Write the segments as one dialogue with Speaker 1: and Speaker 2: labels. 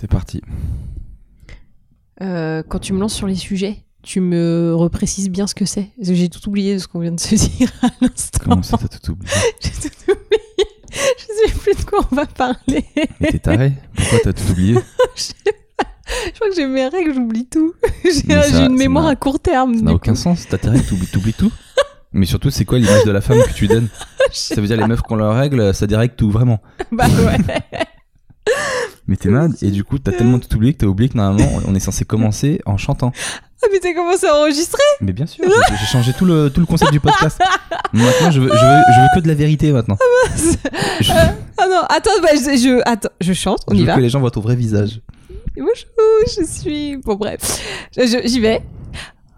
Speaker 1: C'est parti.
Speaker 2: Euh, quand tu me lances sur les sujets, tu me reprécises bien ce que c'est. Parce que j'ai tout oublié de ce qu'on vient de se dire à l'instant.
Speaker 1: Comment ça, t'as tout oublié
Speaker 2: J'ai tout oublié. Je sais plus de quoi on va parler.
Speaker 1: Mais t'es taré. Pourquoi t'as tout oublié
Speaker 2: Je crois que j'ai mes règles, j'oublie tout. J'ai
Speaker 1: Mais ça-
Speaker 2: j'ai
Speaker 1: ça
Speaker 2: une mémoire
Speaker 1: n'a-
Speaker 2: à court terme.
Speaker 1: Ça n'a
Speaker 2: du
Speaker 1: aucun
Speaker 2: coup.
Speaker 1: sens. T'as tes règles, t'oublies, t'oublies tout. Mais surtout, c'est quoi l'image de la femme que tu donnes Ça veut dire les meufs qui ont leurs règles, ça direct tout, vraiment.
Speaker 2: Bah ouais.
Speaker 1: Mais t'es malade. Et du coup, t'as tellement tout oublié que t'as oublié que normalement, on est censé commencer en chantant.
Speaker 2: Ah, mais t'as commencé à enregistrer
Speaker 1: Mais bien sûr, j'ai- j'ai changé tout le, tout le concept du podcast. Maintenant, je veux, je, veux, je veux que de la vérité maintenant. Je,
Speaker 2: Ah non, attends, bah, je, je- attends, je chante, on
Speaker 1: je
Speaker 2: y
Speaker 1: veux
Speaker 2: va.
Speaker 1: que les gens voient ton vrai visage.
Speaker 2: Bonjour, je suis. Bon, bref, Je- je- j'y vais.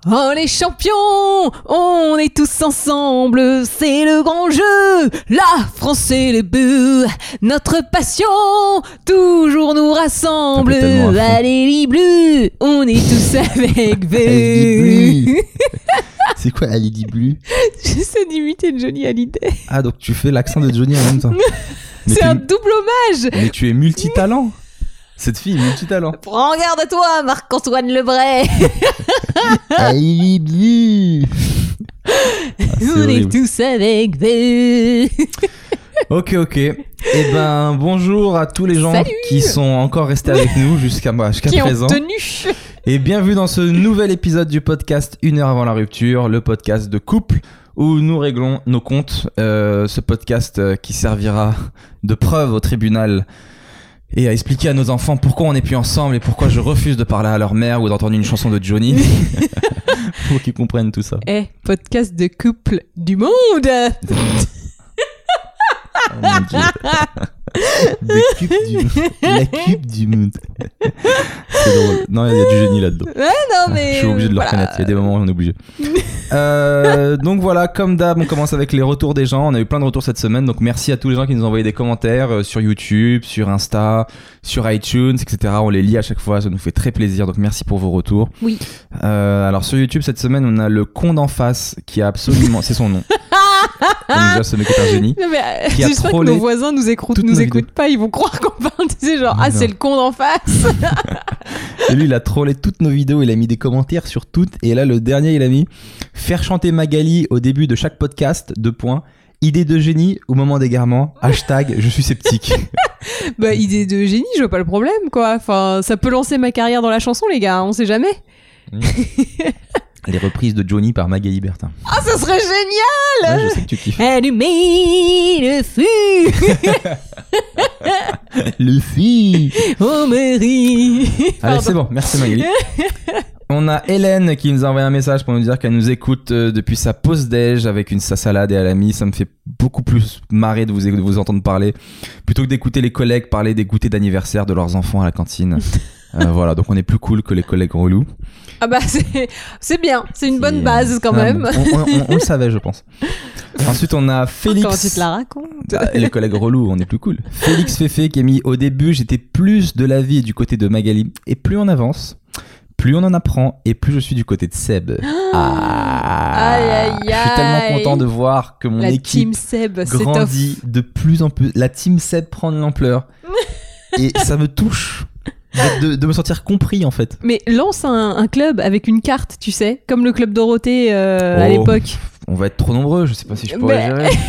Speaker 2: Oh les champions, on est tous ensemble, c'est le grand jeu, la France et les buts, notre passion toujours nous rassemble,
Speaker 1: T'as pris tellement à fond.
Speaker 2: allez les bleus, on est tous avec
Speaker 1: Allez, les
Speaker 2: vous.
Speaker 1: C'est quoi Lady Blue
Speaker 2: J'essaie d'imiter Johnny Hallyday,
Speaker 1: Ah, donc tu fais l'accent de Johnny en même temps. Mais
Speaker 2: c'est
Speaker 1: t'es-
Speaker 2: un double hommage
Speaker 1: Mais tu es multitalent Cette fille est multitalent.
Speaker 2: Prends garde à toi Marc-Antoine Lebray
Speaker 1: Ah, Aïe, Ah,
Speaker 2: On est tous avec vous
Speaker 1: Ok, ok. Eh ben, bonjour à tous les gens
Speaker 2: Salut
Speaker 1: qui sont encore restés avec nous jusqu'à bah, jusqu'à
Speaker 2: Qui
Speaker 1: présent.
Speaker 2: ont tenu
Speaker 1: Et bienvenue dans ce nouvel épisode du podcast Une heure avant la rupture, le podcast de couple où nous réglons nos comptes. Euh, ce podcast euh, qui servira de preuve au tribunal et à expliquer à nos enfants pourquoi on n'est plus ensemble et pourquoi je refuse de parler à leur mère ou d'entendre une chanson de Johnny. Pour qu'ils comprennent tout ça.
Speaker 2: Eh, podcast de couple du monde
Speaker 1: Oh mon dieu. Des cubes du- La cube du monde. C'est drôle. Non, il y a du génie là-dedans.
Speaker 2: Ouais, non, mais...
Speaker 1: Je suis obligé de le
Speaker 2: voilà.
Speaker 1: reconnaître. Il y a des moments où on est obligé. Euh, donc voilà, comme d'hab, on commence avec les retours des gens. On a eu plein de retours cette semaine. Donc merci à tous les gens qui nous ont envoyé des commentaires euh, sur YouTube, sur Insta, sur iTunes, etc. On les lit à chaque fois. Ça nous fait très plaisir. Donc merci pour vos retours.
Speaker 2: Oui.
Speaker 1: Euh, alors sur YouTube, cette semaine, on a le con d'en face qui a absolument. C'est son nom. Donc déjà, ce mec est un génie.
Speaker 2: Non, mais euh,
Speaker 1: Qui a
Speaker 2: j'espère que
Speaker 1: trollé
Speaker 2: nos voisins nous écoutent,
Speaker 1: toutes
Speaker 2: nous
Speaker 1: nos
Speaker 2: écoutent pas, ils vont croire qu'on parle, tu sais, genre,
Speaker 1: Mais
Speaker 2: ah,
Speaker 1: non.
Speaker 2: c'est le con d'en face
Speaker 1: Et lui, il a trollé toutes nos vidéos, il a mis des commentaires sur toutes. Et là, le dernier, il a mis Faire chanter Magali au début de chaque podcast, deux points. Idée de génie au moment d'égarement. Hashtag je suis sceptique.
Speaker 2: Bah, idée de génie, je vois pas le problème, quoi. Enfin, ça peut lancer ma carrière dans la chanson, les gars, hein, on sait jamais.
Speaker 1: Les reprises de Johnny par Magali Bertin.
Speaker 2: Ah, ça serait génial
Speaker 1: Ouais, je sais que tu kiffes.
Speaker 2: Allumer le feu
Speaker 1: Luffy
Speaker 2: au mairie
Speaker 1: Allez, c'est bon, merci Magali. On a Hélène qui nous a envoyé un message pour nous dire qu'elle nous écoute euh, depuis sa pause déj avec une sa salade et à l'ami. Ça me fait beaucoup plus marrer de vous, de vous entendre parler plutôt que d'écouter les collègues parler des goûters d'anniversaire de leurs enfants à la cantine. Euh, voilà, donc on est plus cool que les collègues relous.
Speaker 2: Ah bah, c'est- c'est bien, c'est une
Speaker 1: Et,
Speaker 2: bonne
Speaker 1: euh,
Speaker 2: base, quand
Speaker 1: ah,
Speaker 2: même.
Speaker 1: bon, on, on- on- on le savait, je pense. Ensuite, on a Félix.
Speaker 2: Quand tu te la racontes
Speaker 1: Ah, et les collègues relous, on est plus cool. Félix Féfé qui a mis au début, j'étais plus de la vie du côté de Magali. Et plus on avance, plus on en apprend et plus je suis du côté de Seb. Ah,
Speaker 2: Aïe, aïe,
Speaker 1: Je suis tellement
Speaker 2: aïe.
Speaker 1: content de voir que mon
Speaker 2: La team
Speaker 1: équipe
Speaker 2: Seb, c'est top.
Speaker 1: grandit de plus en plus. La team Seb prend de l'ampleur. et ça me touche de, de- de me sentir compris en fait.
Speaker 2: Mais lance un, un club avec une carte, tu sais, comme le club Dorothée euh, à
Speaker 1: Oh.
Speaker 2: l'époque.
Speaker 1: On va être trop nombreux, je sais pas si je pourrais
Speaker 2: Mais-
Speaker 1: gérer.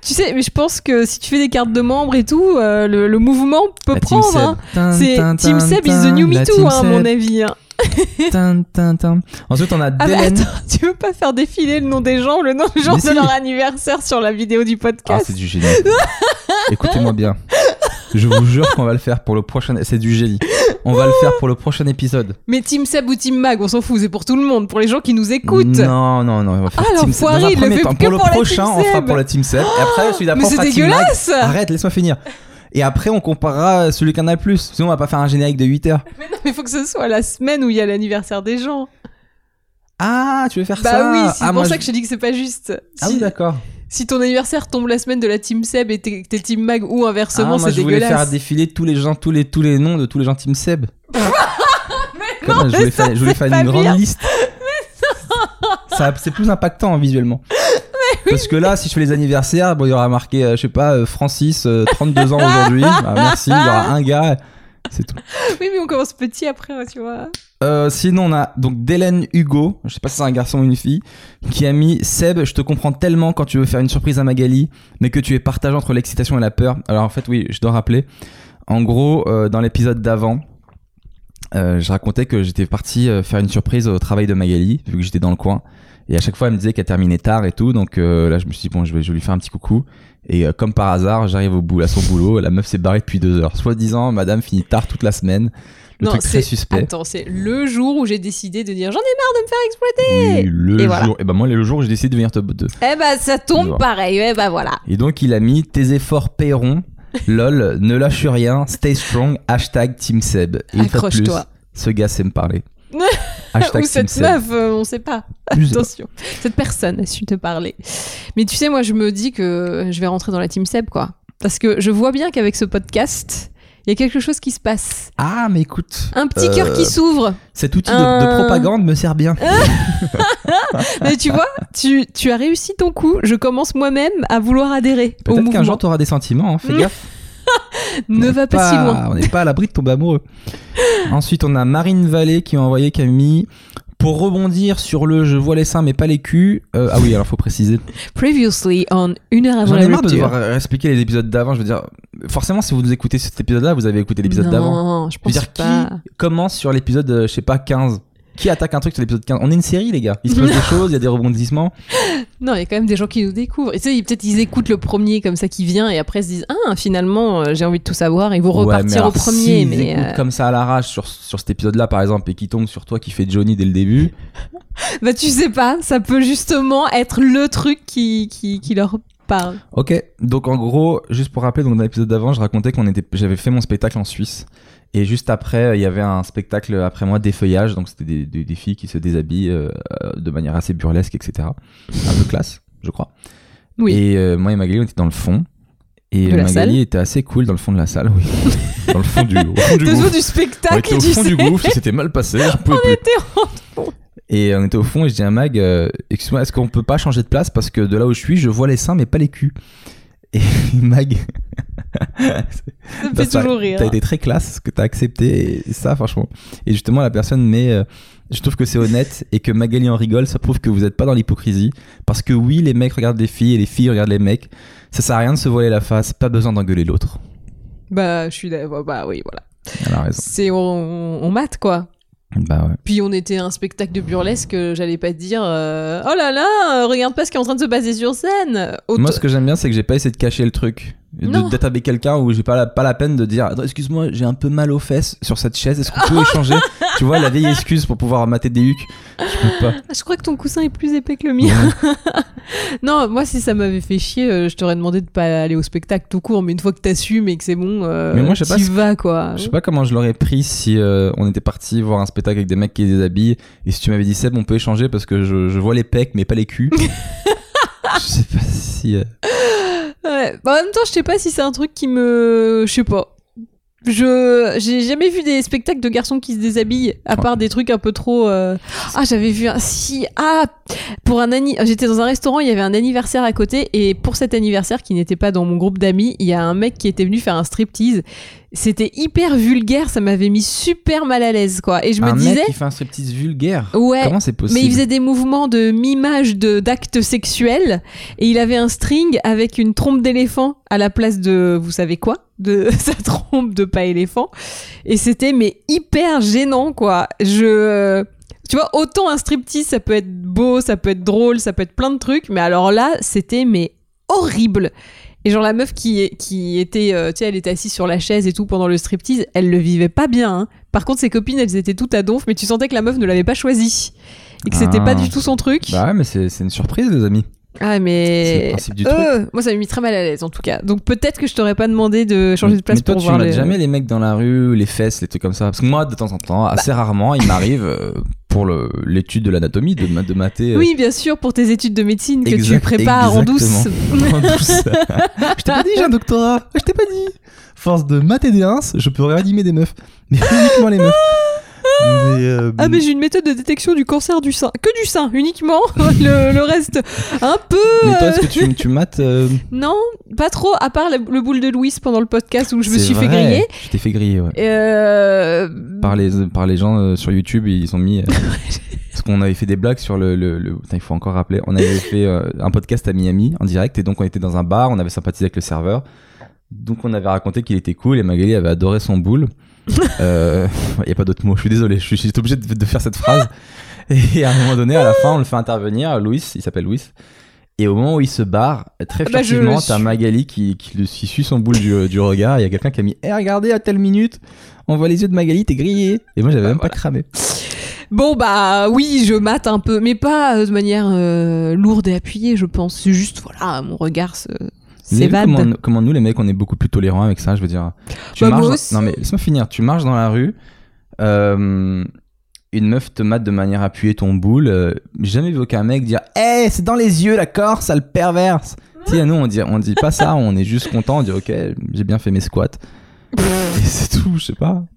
Speaker 2: Tu sais, mais je pense que si tu fais des cartes de membres et tout, euh, le, le mouvement peut
Speaker 1: La team
Speaker 2: prendre.
Speaker 1: Seb.
Speaker 2: hein. C'est
Speaker 1: Tin, tin,
Speaker 2: Team Seb is
Speaker 1: tin,
Speaker 2: the new
Speaker 1: la
Speaker 2: Me Too,
Speaker 1: team
Speaker 2: hein, à
Speaker 1: Seb.
Speaker 2: mon avis. hein.
Speaker 1: Tin, tin, tin. Ensuite, on a
Speaker 2: Ah mais
Speaker 1: Delen.
Speaker 2: attends, tu veux pas faire défiler le nom des gens, le nom des gens
Speaker 1: Mais
Speaker 2: de
Speaker 1: si.
Speaker 2: leur anniversaire sur la vidéo du
Speaker 1: Ah,
Speaker 2: podcast
Speaker 1: c'est du génie. Écoutez-moi bien. Je vous jure qu'on va le faire pour le prochain. C'est du génie. On va le faire pour le prochain épisode.
Speaker 2: Mais Team Seb ou Team Mag, on s'en fout, c'est pour tout le monde, pour les gens qui nous écoutent.
Speaker 1: Non, non, non. On va faire
Speaker 2: Ah,
Speaker 1: Team Seb. Dans un
Speaker 2: l'enfoiré, il le
Speaker 1: premier
Speaker 2: fait
Speaker 1: temps.
Speaker 2: que
Speaker 1: Pour le
Speaker 2: pour la
Speaker 1: prochain,
Speaker 2: Team
Speaker 1: on fera
Speaker 2: Seb. Oh,
Speaker 1: pour la Team 7. Et après, celui d'après,
Speaker 2: mais
Speaker 1: on
Speaker 2: c'est
Speaker 1: fera Team Mag.
Speaker 2: dégueulasse
Speaker 1: Arrête, laisse-moi finir. Et après, on comparera celui Canal Plus. Sinon, on va pas faire un générique de 8 heures.
Speaker 2: Mais faut que ce soit la semaine où il y a l'anniversaire des gens.
Speaker 1: Ah, tu veux faire
Speaker 2: Bah
Speaker 1: ça
Speaker 2: oui, c'est
Speaker 1: ah,
Speaker 2: pour
Speaker 1: moi,
Speaker 2: ça
Speaker 1: je-
Speaker 2: que je dis que c'est pas juste.
Speaker 1: Ah
Speaker 2: Si-
Speaker 1: oui, d'accord.
Speaker 2: Si ton anniversaire tombe la semaine de la team Seb et t'es t'es team Mag ou
Speaker 1: Ah,
Speaker 2: inversement,
Speaker 1: moi,
Speaker 2: c'est
Speaker 1: je voulais faire
Speaker 2: dégueulasse.
Speaker 1: défiler tous les gens, tous les, tous les noms de tous les gens Team Seb. Comme ça,
Speaker 2: non,
Speaker 1: je voulais
Speaker 2: mais ça,
Speaker 1: faire, je voulais
Speaker 2: c'est
Speaker 1: faire
Speaker 2: pas
Speaker 1: une grande
Speaker 2: bien.
Speaker 1: liste. Ça, c'est plus impactant hein, visuellement. Parce que là, si je fais les anniversaires, bon, il y aura marqué, euh, je sais pas, euh, Francis, euh, 32 ans aujourd'hui. Ah, merci, il y aura un gars. C'est tout.
Speaker 2: Oui, mais on commence petit après, hein, tu vois.
Speaker 1: Euh, sinon, on a donc Délène Hugo, je sais pas si c'est un garçon ou une fille, qui a mis Seb, je te comprends tellement quand tu veux faire une surprise à Magali, mais que tu es partagé entre l'excitation et la peur. Alors en fait, oui, je dois rappeler. En gros, euh, dans l'épisode d'avant, euh, je racontais que j'étais parti euh, faire une surprise au travail de Magali, vu que j'étais dans le coin. Et à chaque fois, elle me disait qu'elle terminait tard et tout. Donc euh, là, je me suis dit, bon, je vais, je vais lui faire un petit coucou. Et euh, comme par hasard, j'arrive au bout, à son boulot. La meuf s'est barrée depuis deux heures. Soit disant, madame finit tard toute la semaine. Le
Speaker 2: Non,
Speaker 1: truc très
Speaker 2: c'est-
Speaker 1: suspect.
Speaker 2: Attends, c'est le jour où j'ai décidé de dire j'en ai marre de me faire exploiter.
Speaker 1: Oui, le
Speaker 2: Et
Speaker 1: jour.
Speaker 2: voilà.
Speaker 1: Et ben moi, le jour où j'ai décidé de venir top 2.
Speaker 2: Eh bah, ça tombe
Speaker 1: Voilà.
Speaker 2: pareil. Eh bah, voilà.
Speaker 1: Et donc, il a mis tes efforts paieront. Lol, ne lâche rien, stay strong, hashtag Team Seb. Et une fois de plus,
Speaker 2: Accroche-toi.
Speaker 1: Ce gars sait me parler.
Speaker 2: Ou
Speaker 1: hashtag Team
Speaker 2: cette
Speaker 1: Seb.
Speaker 2: meuf, euh, on sait pas.
Speaker 1: Plus-
Speaker 2: Attention, cette personne a su te parler. Mais tu sais, moi, je me dis que je vais rentrer dans la team Seb, quoi. Parce que je vois bien qu'avec ce podcast, il y a quelque chose qui se passe.
Speaker 1: Ah, mais écoute.
Speaker 2: Un petit
Speaker 1: euh,
Speaker 2: cœur qui s'ouvre.
Speaker 1: Cet outil de, de
Speaker 2: Un-
Speaker 1: propagande me sert bien.
Speaker 2: Mais tu vois, tu, tu as réussi ton coup. Je commence moi-même à vouloir adhérer au
Speaker 1: Peut-être
Speaker 2: mouvement.
Speaker 1: qu'un jour, t'auras des sentiments, hein, fais
Speaker 2: Mm.
Speaker 1: gaffe.
Speaker 2: ne
Speaker 1: On
Speaker 2: va
Speaker 1: n'est
Speaker 2: pas, si loin.
Speaker 1: On n'est pas à l'abri de tomber amoureux. Ensuite, on a Marine Vallée qui a envoyé Camille. Pour rebondir sur le je vois les seins mais pas les culs. euh, ah oui, alors faut préciser.
Speaker 2: Previously, en une heure avant
Speaker 1: J'en
Speaker 2: la
Speaker 1: ai marre de
Speaker 2: rupture.
Speaker 1: devoir euh, expliquer les épisodes d'avant. Je veux dire, forcément, si vous nous écoutez cet épisode-là, vous avez écouté l'épisode d'avant.
Speaker 2: Non, je
Speaker 1: Je veux
Speaker 2: pense
Speaker 1: dire, qui
Speaker 2: pas.
Speaker 1: commence sur l'épisode, euh, je sais pas, 15 Qui attaque un truc sur l'épisode 15 On est une série, les gars. Il se passe des choses, il y a des rebondissements.
Speaker 2: Non, il y a quand même des gens qui nous découvrent. Et tu sais, peut-être ils écoutent le premier comme ça qui vient et après ils se disent Ah, finalement, euh, j'ai envie de tout savoir. Ils vont
Speaker 1: Ouais,
Speaker 2: repartir
Speaker 1: mais alors,
Speaker 2: au premier.
Speaker 1: s'ils
Speaker 2: mais
Speaker 1: écoutent
Speaker 2: euh,
Speaker 1: comme ça à l'arrache sur, sur cet épisode-là, par exemple, et qui tombe sur toi qui fait Johnny dès le début.
Speaker 2: Bah tu sais pas, ça peut justement être le truc qui, qui, qui leur parle.
Speaker 1: Ok, donc en gros, juste pour rappeler, donc dans l'épisode d'avant, je racontais qu'on était, j'avais fait mon spectacle en Suisse. Et juste après, il y avait un spectacle après moi défeuillage, donc c'était des, des, des filles qui se déshabillent euh, euh, de manière assez burlesque, etc. Un peu classe, je crois.
Speaker 2: Oui.
Speaker 1: Et euh, moi et Magali, on était dans le fond. Et
Speaker 2: De la
Speaker 1: Magali
Speaker 2: salle
Speaker 1: était assez cool dans le fond de la salle, oui. dans le fond du, au fond du
Speaker 2: Dessous
Speaker 1: gouffre.
Speaker 2: du
Speaker 1: On
Speaker 2: spectacle,
Speaker 1: était au
Speaker 2: tu
Speaker 1: fond
Speaker 2: sais.
Speaker 1: du gouffre, c'était mal passé, j'en pouvais plus.
Speaker 2: T'es en-
Speaker 1: Et on était au fond et je dis à Mag, euh, excuse-moi, est-ce qu'on peut pas changer de place parce que de là où je suis, je vois les seins mais pas les culs. Et Mag,
Speaker 2: Ça me
Speaker 1: Bah,
Speaker 2: fait
Speaker 1: ça-
Speaker 2: toujours rire.
Speaker 1: t'as été très classe, ce que t'as accepté et, et ça, franchement. Et justement, la personne, mais euh, je trouve que c'est honnête et que Magali en rigole, ça prouve que vous n'êtes pas dans l'hypocrisie. Parce que oui, les mecs regardent les filles et les filles regardent les mecs. Ça sert à rien de se voiler la face, pas besoin d'engueuler l'autre.
Speaker 2: Bah je suis d'accord, bah oui, voilà.
Speaker 1: Elle a raison.
Speaker 2: C'est on, on mate quoi.
Speaker 1: Bah ouais.
Speaker 2: Puis on était un spectacle de burlesque, euh, j'allais pas dire euh, Oh là là, euh, regarde pas ce qui est en train de se passer sur scène. Auto-
Speaker 1: Moi, ce que j'aime bien, c'est que j'ai pas essayé de cacher le truc. De-
Speaker 2: Non.
Speaker 1: D'être avec quelqu'un où j'ai pas la, pas la peine de dire Attends, excuse-moi, j'ai un peu mal aux fesses sur cette chaise, est-ce qu'on peut échanger Tu vois, la vieille excuse pour pouvoir mater des hucs. Je peux pas.
Speaker 2: Ah, Je crois que ton coussin est plus épais que le mien. non, moi si ça m'avait fait chier, euh, je t'aurais demandé de pas aller au spectacle tout court, mais une fois que t'assumes et que c'est bon, euh,
Speaker 1: Mais moi, je sais pas
Speaker 2: t'y
Speaker 1: ce-
Speaker 2: vas quoi.
Speaker 1: Je sais pas comment je l'aurais pris si euh, on était parti voir un spectacle avec des mecs qui se déshabillent et si tu m'avais dit Seb, on peut échanger parce que je, je vois les pecs mais pas les culs. je sais pas si. euh,
Speaker 2: Ouais. Bah, en même temps, je sais pas si c'est un truc qui me. Je sais pas. Je j'ai jamais vu des spectacles de garçons qui se déshabillent à
Speaker 1: Ouais.
Speaker 2: part des trucs un peu trop euh, ah j'avais vu un si ah pour un anni j'étais dans un restaurant il y avait un anniversaire à côté et pour cet anniversaire qui n'était pas dans mon groupe d'amis il y a un mec qui était venu faire un striptease c'était hyper vulgaire ça m'avait mis super mal à l'aise quoi et je me
Speaker 1: un
Speaker 2: disais
Speaker 1: mec qui fait un striptease vulgaire.
Speaker 2: ouais
Speaker 1: Comment c'est possible
Speaker 2: mais il faisait des mouvements de mimage de d'actes sexuels et il avait un string avec une trompe d'éléphant à la place de vous savez quoi de sa trompe de pas éléphant et c'était mais hyper gênant quoi. Je tu vois autant un striptease ça peut être beau, ça peut être drôle, ça peut être plein de trucs mais alors là c'était mais horrible. Et genre la meuf qui, qui était, euh, tu sais, elle était assise sur la chaise et tout pendant le striptease, elle le vivait pas bien. hein. Par contre, ses copines, elles étaient toutes à donf, mais tu sentais que la meuf ne l'avait pas choisi et que c'était
Speaker 1: Ah.
Speaker 2: pas du tout son truc.
Speaker 1: Bah ouais, mais c'est c'est une surprise, les amis.
Speaker 2: ah
Speaker 1: C'est le
Speaker 2: mais
Speaker 1: principe du truc.
Speaker 2: Euh, moi ça m'a mis très mal à l'aise en tout cas. Donc peut-être que je t'aurais pas demandé de changer de place
Speaker 1: mais toi,
Speaker 2: pour
Speaker 1: tu
Speaker 2: voir
Speaker 1: mates
Speaker 2: les-
Speaker 1: jamais les mecs dans la rue, les fesses, les trucs comme ça. Parce que moi, de temps en
Speaker 2: Bah.
Speaker 1: temps, assez rarement, il m'arrive euh, pour le- l'étude de l'anatomie de, ma- de mater. euh,
Speaker 2: Oui, bien sûr, pour tes études de médecine que tu
Speaker 1: Exact-
Speaker 2: prépares en douce.
Speaker 1: en douce. je t'ai pas dit, j'ai un doctorat. Je t'ai pas dit. Force de mater des ins, je peux réanimer des meufs. Mais uniquement les meufs. Mais, euh,
Speaker 2: Ah mais j'ai une méthode de détection du cancer du sein. Que du sein uniquement. le, le reste un peu...
Speaker 1: mais toi,
Speaker 2: euh,
Speaker 1: est-ce que tu, tu mates euh,
Speaker 2: Non, pas trop, à part la- le boule de Louise pendant le podcast où je me
Speaker 1: c'est
Speaker 2: suis fait
Speaker 1: vrai.
Speaker 2: griller.
Speaker 1: Tu t'es fait griller, ouais.
Speaker 2: Euh,
Speaker 1: Par les, par les gens euh, sur YouTube, ils ont mis. euh, parce qu'on avait fait des blagues sur le. le- le- Putain, il faut encore rappeler. On avait fait euh, un podcast à Miami en direct et donc on était dans un bar, on avait sympathisé avec le serveur. Donc on avait raconté qu'il était cool et Magali avait adoré son boule. Euh, Il n'y a pas d'autre mot, je suis désolé, je suis, je suis obligé de, de faire cette phrase. Et à un moment donné, à la fin, on le fait intervenir, Louis, il s'appelle Louis. Et au moment où il se barre, très
Speaker 2: Bah, je le
Speaker 1: furtivement, t'as
Speaker 2: suis.
Speaker 1: Magali qui, qui le qui suit son boule du, du regard. Il y a quelqu'un qui a mis Eh, regardez, à telle minute, on voit les yeux de Magali, t'es grillé. Et moi, j'avais
Speaker 2: Bah,
Speaker 1: même pas cramé.
Speaker 2: Bon bah oui, je mate un peu, mais pas euh, de manière euh, lourde et appuyée, je pense. C'est juste, voilà, mon regard se-
Speaker 1: Vous avez vu
Speaker 2: s'évade.
Speaker 1: Comment, comment nous, les mecs, on est beaucoup plus tolérants avec ça, je veux dire.
Speaker 2: Bah,
Speaker 1: marches
Speaker 2: moi
Speaker 1: dans-
Speaker 2: aussi.
Speaker 1: Non, mais laisse-moi finir. Tu marches dans la rue, euh, une meuf te mate de manière appuyée ton boule. euh, J'ai jamais vu aucun mec dire Eh, c'est dans les yeux, d'accord, ça le perverse. tu sais, nous, on dit, on dit pas ça, on est juste content, on dit Ok, j'ai bien fait mes squats. Et c'est tout, je sais pas.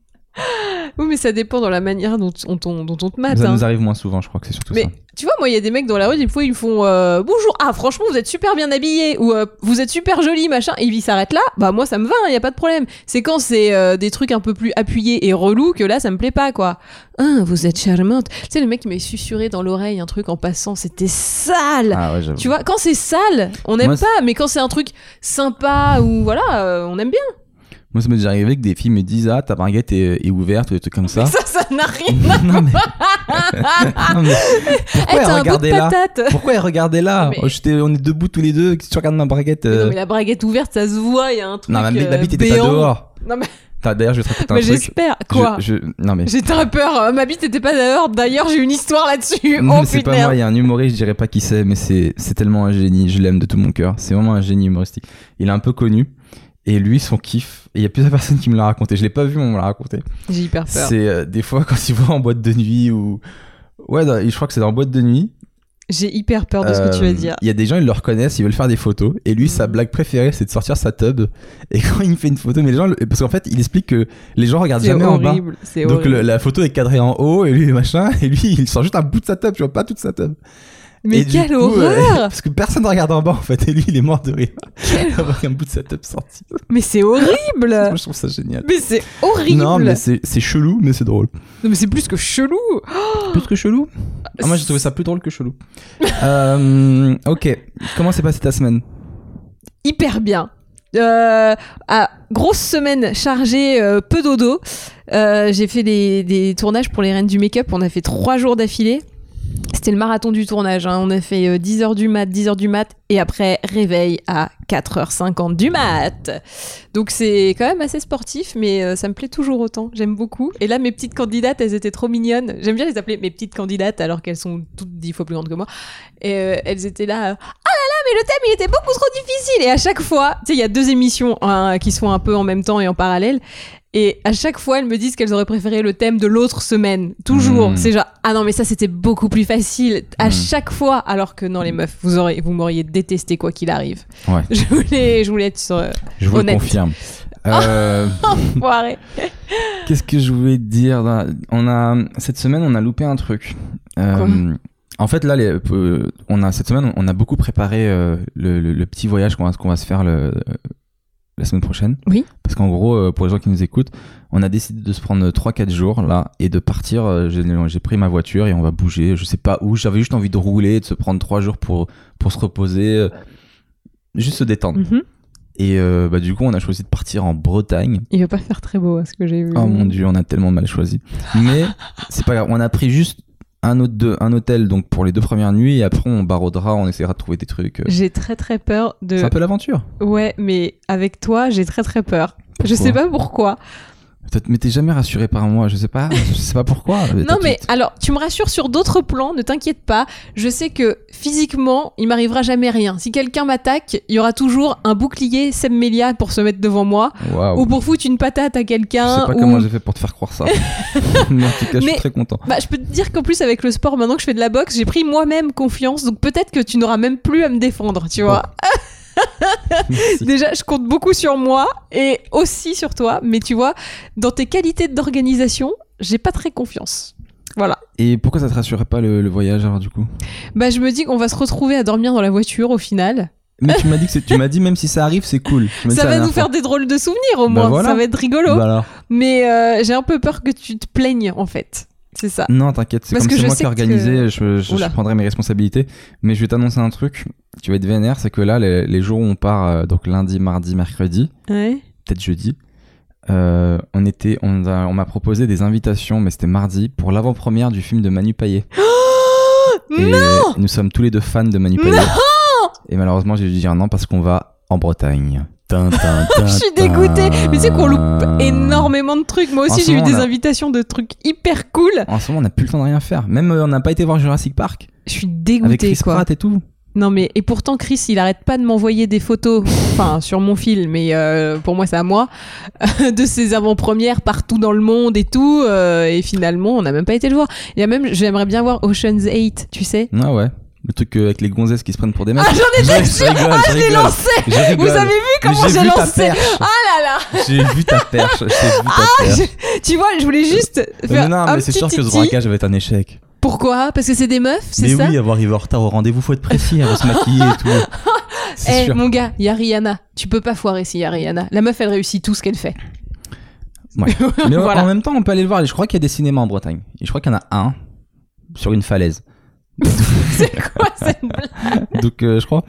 Speaker 2: Oui, mais ça dépend dans la manière dont on, t'on- dont on te mate.
Speaker 1: Ça
Speaker 2: hein.
Speaker 1: nous arrive moins souvent, je crois que c'est surtout
Speaker 2: Mais
Speaker 1: ça.
Speaker 2: tu vois, moi, il y a des mecs dans la rue, des fois, ils me font euh, bonjour. Ah, franchement, vous êtes super bien habillé ou euh, vous êtes super jolie, machin. Et ils s'arrêtent là. Bah moi, ça me va, il y a pas de problème. C'est quand c'est euh, des trucs un peu plus appuyés et relous que là, ça me plaît pas, quoi. Ah, vous êtes charmante. Tu sais, le mec il m'a susurré dans l'oreille un truc en passant, c'était sale.
Speaker 1: Ah ouais, j'avoue.
Speaker 2: Tu vois, quand c'est sale, on
Speaker 1: Moi,
Speaker 2: n'aime
Speaker 1: c'est-
Speaker 2: pas, mais quand c'est un truc sympa ou voilà, euh, on aime bien.
Speaker 1: Moi, ça m'est déjà arrivé que des filles me disent Ah, ta baguette est, est ouverte ou des trucs comme ça.
Speaker 2: Ça, ça n'a rien.
Speaker 1: non, mais... non, mais
Speaker 2: Eh,
Speaker 1: Pourquoi elle
Speaker 2: t'as un bout de
Speaker 1: regardait là
Speaker 2: patate.
Speaker 1: Pourquoi elle regardait là
Speaker 2: Mais-
Speaker 1: Oh, j'étais- On est debout tous les deux. Si tu regardes ma braguette.
Speaker 2: Mais
Speaker 1: euh,
Speaker 2: Non, mais la braguette ouverte, ça se voit, il y a un truc.
Speaker 1: Non, ma, ma
Speaker 2: euh,
Speaker 1: bite était pas
Speaker 2: béant.
Speaker 1: dehors.
Speaker 2: Non, mais-
Speaker 1: Attends, D'ailleurs, je vais te raconter
Speaker 2: Bah,
Speaker 1: un truc.
Speaker 2: j'espère. Quoi
Speaker 1: Je- je- Non, mais.
Speaker 2: J'ai très peur. euh, Ma bite n'était pas dehors. D'ailleurs, j'ai une histoire là-dessus.
Speaker 1: Non,
Speaker 2: oh
Speaker 1: mais c'est
Speaker 2: putain.
Speaker 1: pas moi, il y a un humoriste, je dirais pas qui c'est, mais c'est c'est tellement un génie, je l'aime de tout mon cœur. C'est vraiment un génie humoristique. Il est un peu connu, et lui, son kiff, et il y a plusieurs personnes qui me l'ont raconté, je l'ai pas vu, mais on me l'a raconté.
Speaker 2: J'ai hyper peur.
Speaker 1: C'est euh, des fois quand il voit en boîte de nuit ou. Ouais, dans- je crois que c'est dans boîte de nuit.
Speaker 2: J'ai hyper peur de ce que tu
Speaker 1: Euh,
Speaker 2: vas dire.
Speaker 1: Il y a des gens, ils le reconnaissent, ils veulent faire des photos. Et lui, sa
Speaker 2: Mhm.
Speaker 1: blague préférée, c'est de sortir sa tub. Et quand il fait une photo, mais les gens. le- Parce qu'en fait, il explique que les gens regardent
Speaker 2: C'est
Speaker 1: jamais en bas.
Speaker 2: horrible. C'est
Speaker 1: Donc
Speaker 2: horrible.
Speaker 1: le- la photo est cadrée en haut et lui machin et lui il sort juste un bout de sa tub, tu vois pas toute sa tub.
Speaker 2: Mais
Speaker 1: Et du
Speaker 2: quelle
Speaker 1: coup, euh,
Speaker 2: horreur
Speaker 1: parce que personne ne regarde en bas en fait et lui il est mort de rire
Speaker 2: Quelle- Euh,
Speaker 1: d'avoir un bout de sa tub sorti.
Speaker 2: Mais c'est horrible
Speaker 1: Moi je trouve ça génial.
Speaker 2: Mais c'est horrible
Speaker 1: Non mais c'est c'est chelou mais c'est drôle.
Speaker 2: Non, mais c'est plus que chelou Oh.
Speaker 1: Plus que chelou
Speaker 2: Euh,
Speaker 1: Ah, Moi j'ai trouvé ça plus drôle que chelou. Euh, ok, comment s'est passée ta semaine
Speaker 2: hyper bien. Euh, ah, grosse semaine chargée, euh, peu dodo. Euh, j'ai fait des, des tournages pour les reines du make-up. On a fait trois jours d'affilée. C'était le marathon du tournage. hein. On a fait 10h du mat, 10h du mat, et après réveil à 4h50 du mat. Donc c'est quand même assez sportif, mais euh, ça me plaît toujours autant. J'aime beaucoup. Et là, mes petites candidates, elles étaient trop mignonnes. J'aime bien les appeler mes petites candidates, alors qu'elles sont toutes dix fois plus grandes que moi. Et euh, elles étaient là. euh, mais le thème il était beaucoup trop difficile et à chaque fois tu sais il y a deux émissions hein, qui sont un peu en même temps et en parallèle et à chaque fois elles me disent qu'elles auraient préféré le thème de l'autre semaine toujours
Speaker 1: Mmh.
Speaker 2: c'est genre ah non mais ça c'était beaucoup plus facile à
Speaker 1: Mmh.
Speaker 2: chaque fois alors que non les meufs vous aurez vous m'auriez détesté quoi qu'il arrive
Speaker 1: Hmm. Ouais.
Speaker 2: je voulais je voulais être sur euh,
Speaker 1: Je vous le
Speaker 2: Honnête.
Speaker 1: confirme. Euh,
Speaker 2: foiré.
Speaker 1: Qu'est-ce que je voulais te dire là On a cette semaine, on a loupé un truc. Euh,
Speaker 2: Quoi
Speaker 1: en fait, là, les- euh, on a cette semaine, on a beaucoup préparé euh, le, le- le petit voyage qu'on va, qu'on va se faire le- euh, la semaine prochaine.
Speaker 2: Oui.
Speaker 1: Parce qu'en gros, euh, pour les gens qui nous écoutent, on a décidé de se prendre 3-4 jours là et de partir. Euh, J'ai j'ai pris ma voiture et on va bouger. Je sais pas où. J'avais juste envie de rouler, de se prendre 3 jours pour pour se reposer, euh, juste se détendre.
Speaker 2: Mhm.
Speaker 1: Et euh, bah, du coup, on a choisi de partir en Bretagne.
Speaker 2: il va pas faire très beau à ce que j'ai vu
Speaker 1: Oh mon dieu, on a tellement mal choisi. Mais c'est pas grave, on a pris juste un, autre deux- un hôtel donc pour les deux premières nuits et après on barraudera, on essaiera de trouver des trucs. euh.
Speaker 2: j'ai très très peur de
Speaker 1: C'est un peu l'aventure.
Speaker 2: ouais mais avec toi j'ai très très peur je
Speaker 1: Pourquoi
Speaker 2: sais pas pourquoi
Speaker 1: Peut-être, mais t'es jamais rassuré par moi, je sais pas, je sais pas pourquoi.
Speaker 2: Non
Speaker 1: Peut-être-
Speaker 2: mais alors tu me rassures sur d'autres plans, ne t'inquiète pas. Je sais que physiquement il m'arrivera jamais rien. Si quelqu'un m'attaque, il y aura toujours un bouclier Semmelia pour se mettre devant moi
Speaker 1: Waouh.
Speaker 2: ou pour foutre une patate à
Speaker 1: Ah Je sais
Speaker 2: quelqu'un.
Speaker 1: pas
Speaker 2: ou-
Speaker 1: comment j'ai fait pour te faire croire ça. mais en tout cas, je
Speaker 2: Mais-
Speaker 1: suis très content.
Speaker 2: Bah, je peux te dire qu'en plus avec le sport, maintenant que je fais de la boxe, j'ai pris moi-même confiance. Donc peut-être que tu n'auras même plus à me défendre, tu vois.
Speaker 1: Merci.
Speaker 2: Déjà, je compte beaucoup sur moi et aussi sur toi. Mais tu vois, dans tes qualités d'organisation, j'ai pas très confiance. Voilà.
Speaker 1: Et pourquoi ça te rassurait pas le, le voyage alors du coup
Speaker 2: Bah, je me dis qu'on va se retrouver à dormir dans la voiture au final.
Speaker 1: Mais tu m'as dit que c'est- tu m'as dit même si ça arrive c'est cool. Tu m'as dit
Speaker 2: Ça
Speaker 1: la
Speaker 2: va nous
Speaker 1: dernière
Speaker 2: faire
Speaker 1: fois.
Speaker 2: des drôles de souvenirs au
Speaker 1: Bah
Speaker 2: moins.
Speaker 1: voilà.
Speaker 2: Ça va être rigolo.
Speaker 1: Bah alors.
Speaker 2: Mais euh, j'ai un peu peur que tu te plaignes en fait. C'est ça.
Speaker 1: Non t'inquiète c'est
Speaker 2: Parce
Speaker 1: comme
Speaker 2: que
Speaker 1: c'est
Speaker 2: je
Speaker 1: moi qui
Speaker 2: sais
Speaker 1: ai
Speaker 2: que-
Speaker 1: organisé je, je- je
Speaker 2: Oula.
Speaker 1: prendrai mes responsabilités mais je vais t'annoncer un truc tu vas être vénère c'est que là les, les jours où on part euh, donc lundi mardi mercredi
Speaker 2: Ouais.
Speaker 1: peut-être jeudi euh, on était on, a- on m'a proposé des invitations mais c'était mardi pour l'avant-première du film de Manu Payet. Et nous sommes tous les deux fans de Manu Payet. et malheureusement, j'ai dû dire non parce qu'on va en Bretagne.
Speaker 2: Je
Speaker 1: Je
Speaker 2: suis dégoûtée. Mais tu sais qu'on loupe énormément de trucs.
Speaker 1: En
Speaker 2: Moi aussi,
Speaker 1: ce
Speaker 2: j'ai eu
Speaker 1: moment,
Speaker 2: des
Speaker 1: là.
Speaker 2: invitations de trucs hyper cool.
Speaker 1: En ce moment, on n'a plus le temps de rien faire. Même euh, on n'a pas été voir Jurassic Park
Speaker 2: Je suis
Speaker 1: avec
Speaker 2: dégoûtée
Speaker 1: Chris
Speaker 2: quoi.
Speaker 1: Pratt et tout.
Speaker 2: Non mais et pourtant Chris, il arrête pas de m'envoyer des photos, enfin sur mon film, mais euh, pour moi c'est à moi, de ses avant-premières partout dans le monde et tout. euh, et finalement, on n'a même pas été le voir. Il y a même, j'aimerais bien voir Ocean's 8, tu sais.
Speaker 1: Ah ouais. Le truc euh, avec les gonzesses qui se prennent pour des mecs.
Speaker 2: Ah j'en étais
Speaker 1: Je- je
Speaker 2: sûre.
Speaker 1: rigole,
Speaker 2: Ah
Speaker 1: je
Speaker 2: je l'ai
Speaker 1: rigole.
Speaker 2: lancé.
Speaker 1: Je rigole.
Speaker 2: Vous avez vu
Speaker 1: Mais
Speaker 2: comment j'ai
Speaker 1: vu ta
Speaker 2: lancé
Speaker 1: perche.
Speaker 2: Ah là là.
Speaker 1: J'ai vu ta perche. J'ai vu ta
Speaker 2: Ah,
Speaker 1: perche.
Speaker 2: je- tu vois, je voulais juste
Speaker 1: Mais
Speaker 2: faire
Speaker 1: non,
Speaker 2: un
Speaker 1: mais c'est
Speaker 2: petit
Speaker 1: sûr que ce
Speaker 2: titi.
Speaker 1: braquage va être un échec.
Speaker 2: Pourquoi Parce que c'est des meufs, c'est
Speaker 1: Mais
Speaker 2: ça
Speaker 1: oui, avoir arrivé en retard au rendez-vous, faut être précis, elle va se maquiller et tout. C'est
Speaker 2: Eh,
Speaker 1: sûr.
Speaker 2: mon gars, y a Rihanna. Tu peux pas foirer s'il y a Rihanna. La meuf, elle réussit tout ce qu'elle fait.
Speaker 1: Ouais. Mais en-
Speaker 2: Voilà.
Speaker 1: en même temps, on peut aller le voir. Je crois qu'il y a des cinémas en Bretagne. Et je crois qu'il y en a un sur une falaise.
Speaker 2: c'est quoi cette blague
Speaker 1: Donc, euh, je crois.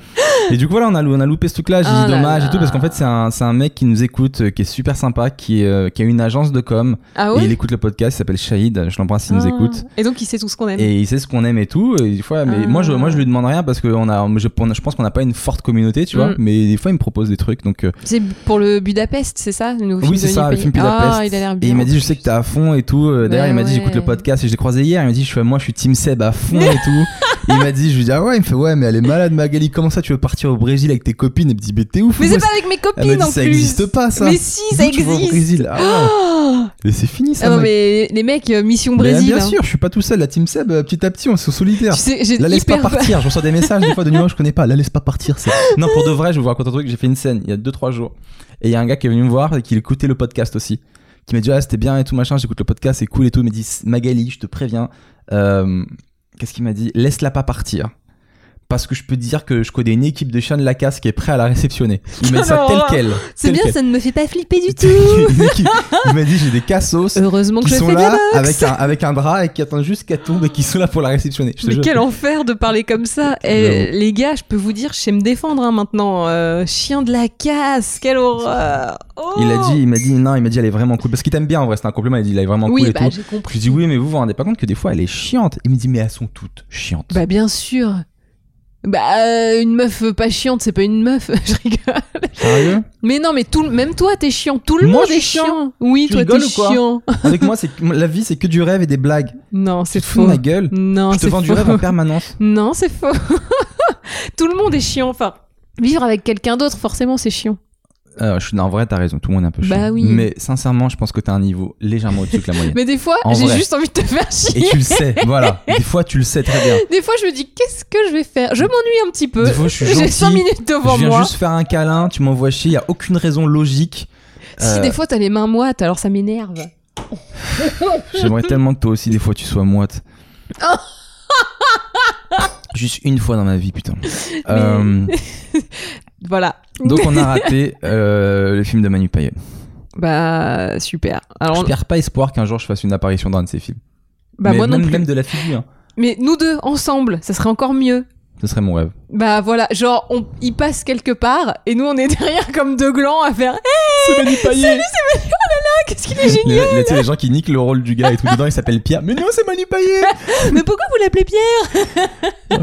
Speaker 1: Et du coup, voilà, on a, lou- on a loupé ce truc-là. J'ai
Speaker 2: Ah
Speaker 1: dit
Speaker 2: là
Speaker 1: dommage
Speaker 2: là.
Speaker 1: et tout. Parce qu'en fait, c'est un, c'est un mec qui nous écoute, euh, qui est super sympa, qui, euh, qui a une agence de com.
Speaker 2: Ah
Speaker 1: Et
Speaker 2: ouais
Speaker 1: il écoute le podcast. Il s'appelle Shahid. Je l'embrasse, il nous
Speaker 2: Ah.
Speaker 1: écoute.
Speaker 2: Et donc, il sait tout ce qu'on aime.
Speaker 1: Et il sait ce qu'on aime et tout. Et des fois, mais
Speaker 2: Ah.
Speaker 1: moi, je, moi, je lui demande rien parce que on a, je, on a- je pense qu'on n'a pas une forte communauté, tu vois.
Speaker 2: Mm.
Speaker 1: Mais des fois, il me propose des trucs. Donc, euh,
Speaker 2: C'est pour le Budapest, c'est ça le nouveau
Speaker 1: oui,
Speaker 2: film
Speaker 1: c'est
Speaker 2: de
Speaker 1: ça, le
Speaker 2: Nicolas
Speaker 1: film Budapest.
Speaker 2: Ah, il a l'air bien.
Speaker 1: Et il m'a dit, je sais que t'es à fond et tout. Euh, D'ailleurs,
Speaker 2: Ouais,
Speaker 1: il m'a dit,
Speaker 2: ouais.
Speaker 1: j'écoute le podcast et je l'ai croisé hier. Il m'a dit, je fais, moi, je suis Team Seb à fond et tout. Et il m'a dit, je lui dis, ah ouais, il me fait, ouais, mais elle est malade, Magali. Comment ça, tu veux partir au Brésil avec tes copines Elle me dit, mais t'es ouf.
Speaker 2: Mais
Speaker 1: moi,
Speaker 2: c'est pas avec mes
Speaker 1: Elle m'a
Speaker 2: copines
Speaker 1: dit,
Speaker 2: en
Speaker 1: ça
Speaker 2: plus.
Speaker 1: existe pas, ça.
Speaker 2: Mais si, ça
Speaker 1: D'où tu vas au
Speaker 2: existe.
Speaker 1: Brésil. Ah ouais.
Speaker 2: Oh
Speaker 1: Mais c'est fini,
Speaker 2: Ah
Speaker 1: ça.
Speaker 2: non,
Speaker 1: mec.
Speaker 2: mais les mecs, euh, mission
Speaker 1: Mais
Speaker 2: Brésil.
Speaker 1: bien
Speaker 2: hein.
Speaker 1: sûr, je suis pas tout seul. La Team Seb, euh, petit à petit, on se solidaire.
Speaker 2: Tu sais, j'ai
Speaker 1: La laisse
Speaker 2: hyper
Speaker 1: pas partir, je reçois des messages des fois de numéros que je connais pas, la laisse pas partir. c'est- Non, pour de vrai, je vais vous raconte un truc, j'ai fait une scène il y a 2-3 jours. Et il y a un gars qui est venu me voir et qui écoutait le podcast aussi. Qui m'a dit, ah, c'était bien et tout machin, j'écoute le podcast, c'est cool et tout. Il m'a dit, Magali, je te préviens. euh, Qu'est-ce qu'il m'a dit Laisse-la pas partir. Parce que je peux te dire que je connais une équipe de chiens de la casse qui est prêt à la réceptionner. Il m'a dit ça
Speaker 2: Alors,
Speaker 1: tel
Speaker 2: ouais.
Speaker 1: quel.
Speaker 2: Oh C'est
Speaker 1: tel
Speaker 2: bien,
Speaker 1: quel.
Speaker 2: ça ne me fait pas flipper du tout.
Speaker 1: Une équipe- Il m'a dit, j'ai des cassos
Speaker 2: Heureusement que
Speaker 1: qui
Speaker 2: je
Speaker 1: sont
Speaker 2: fais de la
Speaker 1: là avec
Speaker 2: boxe.
Speaker 1: un, avec un drap et qui attendent juste qu'elle tombe et qui sont là pour la réceptionner. Je te
Speaker 2: Mais
Speaker 1: jure.
Speaker 2: quel enfer de parler comme ça Eh,
Speaker 1: J'avoue.
Speaker 2: Les gars, je peux vous dire, je sais me défendre hein, maintenant. Euh, chien de la casse, quelle horreur Oh
Speaker 1: Il a dit, il m'a dit, non, il m'a dit, elle est vraiment cool. Parce qu'il t'aime bien en vrai, c'est un compliment. Il a dit, elle est vraiment
Speaker 2: Oui,
Speaker 1: cool et
Speaker 2: bah
Speaker 1: tout.
Speaker 2: j'ai
Speaker 1: Je
Speaker 2: compris.
Speaker 1: lui dis, oui, mais vous vous rendez pas compte que des fois elle est chiante. Il me dit, mais elles sont toutes chiantes.
Speaker 2: Bah bien sûr. Bah euh, une meuf pas chiante, c'est pas une meuf, je rigole.
Speaker 1: Sérieux
Speaker 2: Mais non, mais tout, le- même toi t'es chiant, tout le
Speaker 1: Moi,
Speaker 2: monde
Speaker 1: je
Speaker 2: est
Speaker 1: suis chiant.
Speaker 2: chiant. Oui,
Speaker 1: Tu
Speaker 2: toi
Speaker 1: rigoles
Speaker 2: t'es
Speaker 1: ou quoi
Speaker 2: chiant.
Speaker 1: Avec moi, c'est la vie, c'est que du rêve et des blagues.
Speaker 2: Non,
Speaker 1: Tu
Speaker 2: c'est
Speaker 1: te fous de
Speaker 2: faux.
Speaker 1: ma gueule.
Speaker 2: Non,
Speaker 1: Je te
Speaker 2: c'est
Speaker 1: vends du
Speaker 2: faux.
Speaker 1: rêve en permanence.
Speaker 2: Non, c'est faux. tout le monde est chiant. Enfin, vivre avec quelqu'un d'autre, forcément, c'est chiant.
Speaker 1: Euh, je suis, non, en vrai, t'as raison, tout le monde est un peu chiant.
Speaker 2: Bah oui.
Speaker 1: Mais sincèrement, je pense que t'as un niveau légèrement au-dessus que la moyenne.
Speaker 2: Mais des fois,
Speaker 1: En
Speaker 2: j'ai
Speaker 1: vrai.
Speaker 2: juste envie de te faire chier.
Speaker 1: Et tu le sais, voilà. Des fois, tu le sais très bien.
Speaker 2: Des fois, je me dis, qu'est-ce que je vais faire Je m'ennuie un petit peu.
Speaker 1: Des fois, je suis
Speaker 2: J'ai
Speaker 1: gentil.
Speaker 2: 5 minutes devant
Speaker 1: Je viens
Speaker 2: moi.
Speaker 1: juste faire un câlin, tu m'envoies chier, y a aucune raison logique.
Speaker 2: Si
Speaker 1: Euh,
Speaker 2: des fois, t'as les mains moites, alors ça m'énerve.
Speaker 1: J'aimerais tellement que toi aussi, des fois, tu sois moite. Juste une fois dans ma vie, putain. Euh,
Speaker 2: Voilà.
Speaker 1: donc, on a raté euh, le film de Manu Payet.
Speaker 2: Bah, super.
Speaker 1: Je
Speaker 2: Alors,
Speaker 1: perds pas espoir qu'un jour je fasse une apparition dans un de ses films.
Speaker 2: bah,
Speaker 1: Mais
Speaker 2: moi non
Speaker 1: même,
Speaker 2: plus.
Speaker 1: même de la figure. hein.
Speaker 2: Mais nous deux, ensemble, ça serait encore mieux.
Speaker 1: Ce serait mon rêve.
Speaker 2: Bah voilà, genre, on y passe quelque part et nous, on est derrière comme deux glands à faire Eh,
Speaker 1: C'est Manu Payet
Speaker 2: Qu'est-ce qu'il est
Speaker 1: les,
Speaker 2: génial
Speaker 1: les- tu sais, les gens qui niquent le rôle du gars et tout dedans, il s'appelle Pierre. Mais non, c'est Manu Payet
Speaker 2: Mais pourquoi vous l'appelez Pierre
Speaker 1: Oh,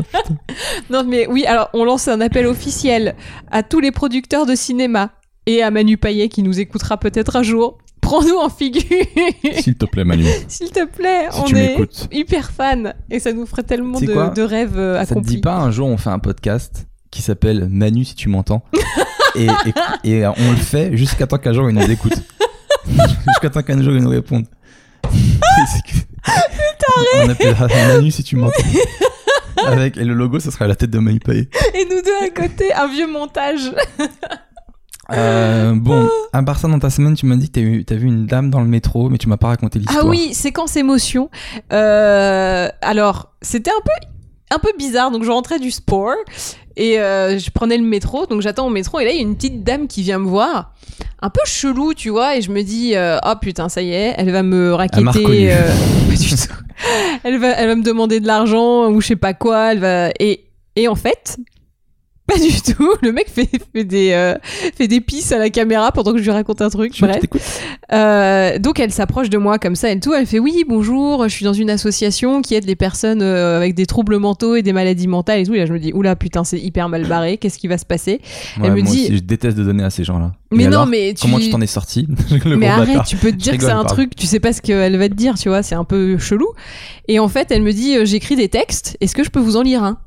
Speaker 2: Non, mais oui, alors, on lance un appel officiel à tous les producteurs de cinéma et à Manu Payet qui nous écoutera peut-être un jour. Prends-nous en figure
Speaker 1: S'il te plaît, Manu.
Speaker 2: S'il te plaît,
Speaker 1: Si
Speaker 2: on
Speaker 1: tu
Speaker 2: est
Speaker 1: m'écoutes.
Speaker 2: hyper fan et ça nous ferait tellement
Speaker 1: Tu sais quoi
Speaker 2: de, de rêves euh,
Speaker 1: Ça te
Speaker 2: accomplis.
Speaker 1: dit pas un jour on fait un podcast qui s'appelle Manu si tu m'entends et, et- et on le fait jusqu'à temps qu'un jour il nous écoute. jusqu'à temps qu'un jour il nous réponde. C'est que- on appellera ça Manu si tu m'entends. Avec, et le logo, ça sera la tête de Manu Payet.
Speaker 2: Et nous deux à côté, un vieux montage.
Speaker 1: Euh, bon,
Speaker 2: Ah.
Speaker 1: à part ça, dans ta semaine, tu m'as dit que t'as eu- t'as vu une dame dans le métro, mais tu m'as pas raconté l'histoire.
Speaker 2: Ah oui, séquence émotion. Euh, alors, c'était un peu, un peu bizarre. Donc, je rentrais du sport et euh, je prenais le métro. Donc, j'attends au métro. Et là, il y a une petite dame qui vient me voir. Un peu chelou, tu vois. Et je me dis, euh, oh putain, ça y est, elle va me
Speaker 1: m'a
Speaker 2: raqueter.
Speaker 1: reconnu.
Speaker 2: pas du tout. Elle va, elle va me demander de l'argent ou je sais pas quoi. Elle va... et, et en fait. Pas du tout. Le mec fait, fait des euh, fait des pisses à la caméra pendant que je lui raconte un truc.
Speaker 1: Tu veux que
Speaker 2: Bref.
Speaker 1: je t'écoute
Speaker 2: Euh, donc elle s'approche de moi comme ça et tout. Elle fait oui bonjour, je suis dans une association qui aide les personnes euh, avec des troubles mentaux et des maladies mentales et tout. Et là je me dis oula putain c'est hyper mal barré, qu'est-ce qui va se passer
Speaker 1: Ouais,
Speaker 2: me
Speaker 1: moi
Speaker 2: dit-
Speaker 1: aussi, je déteste de donner à ces gens-là.
Speaker 2: Mais
Speaker 1: Et
Speaker 2: non
Speaker 1: alors,
Speaker 2: mais tu
Speaker 1: Comment tu t'en es sorti Le
Speaker 2: mais
Speaker 1: gros
Speaker 2: arrête,
Speaker 1: bâtard.
Speaker 2: tu peux te dire que
Speaker 1: rigole,
Speaker 2: c'est un
Speaker 1: pardon.
Speaker 2: truc, tu sais pas ce qu'elle va te dire, tu vois, c'est un peu chelou. Et en fait, elle me dit euh, j'écris des textes, est-ce que je peux vous en lire un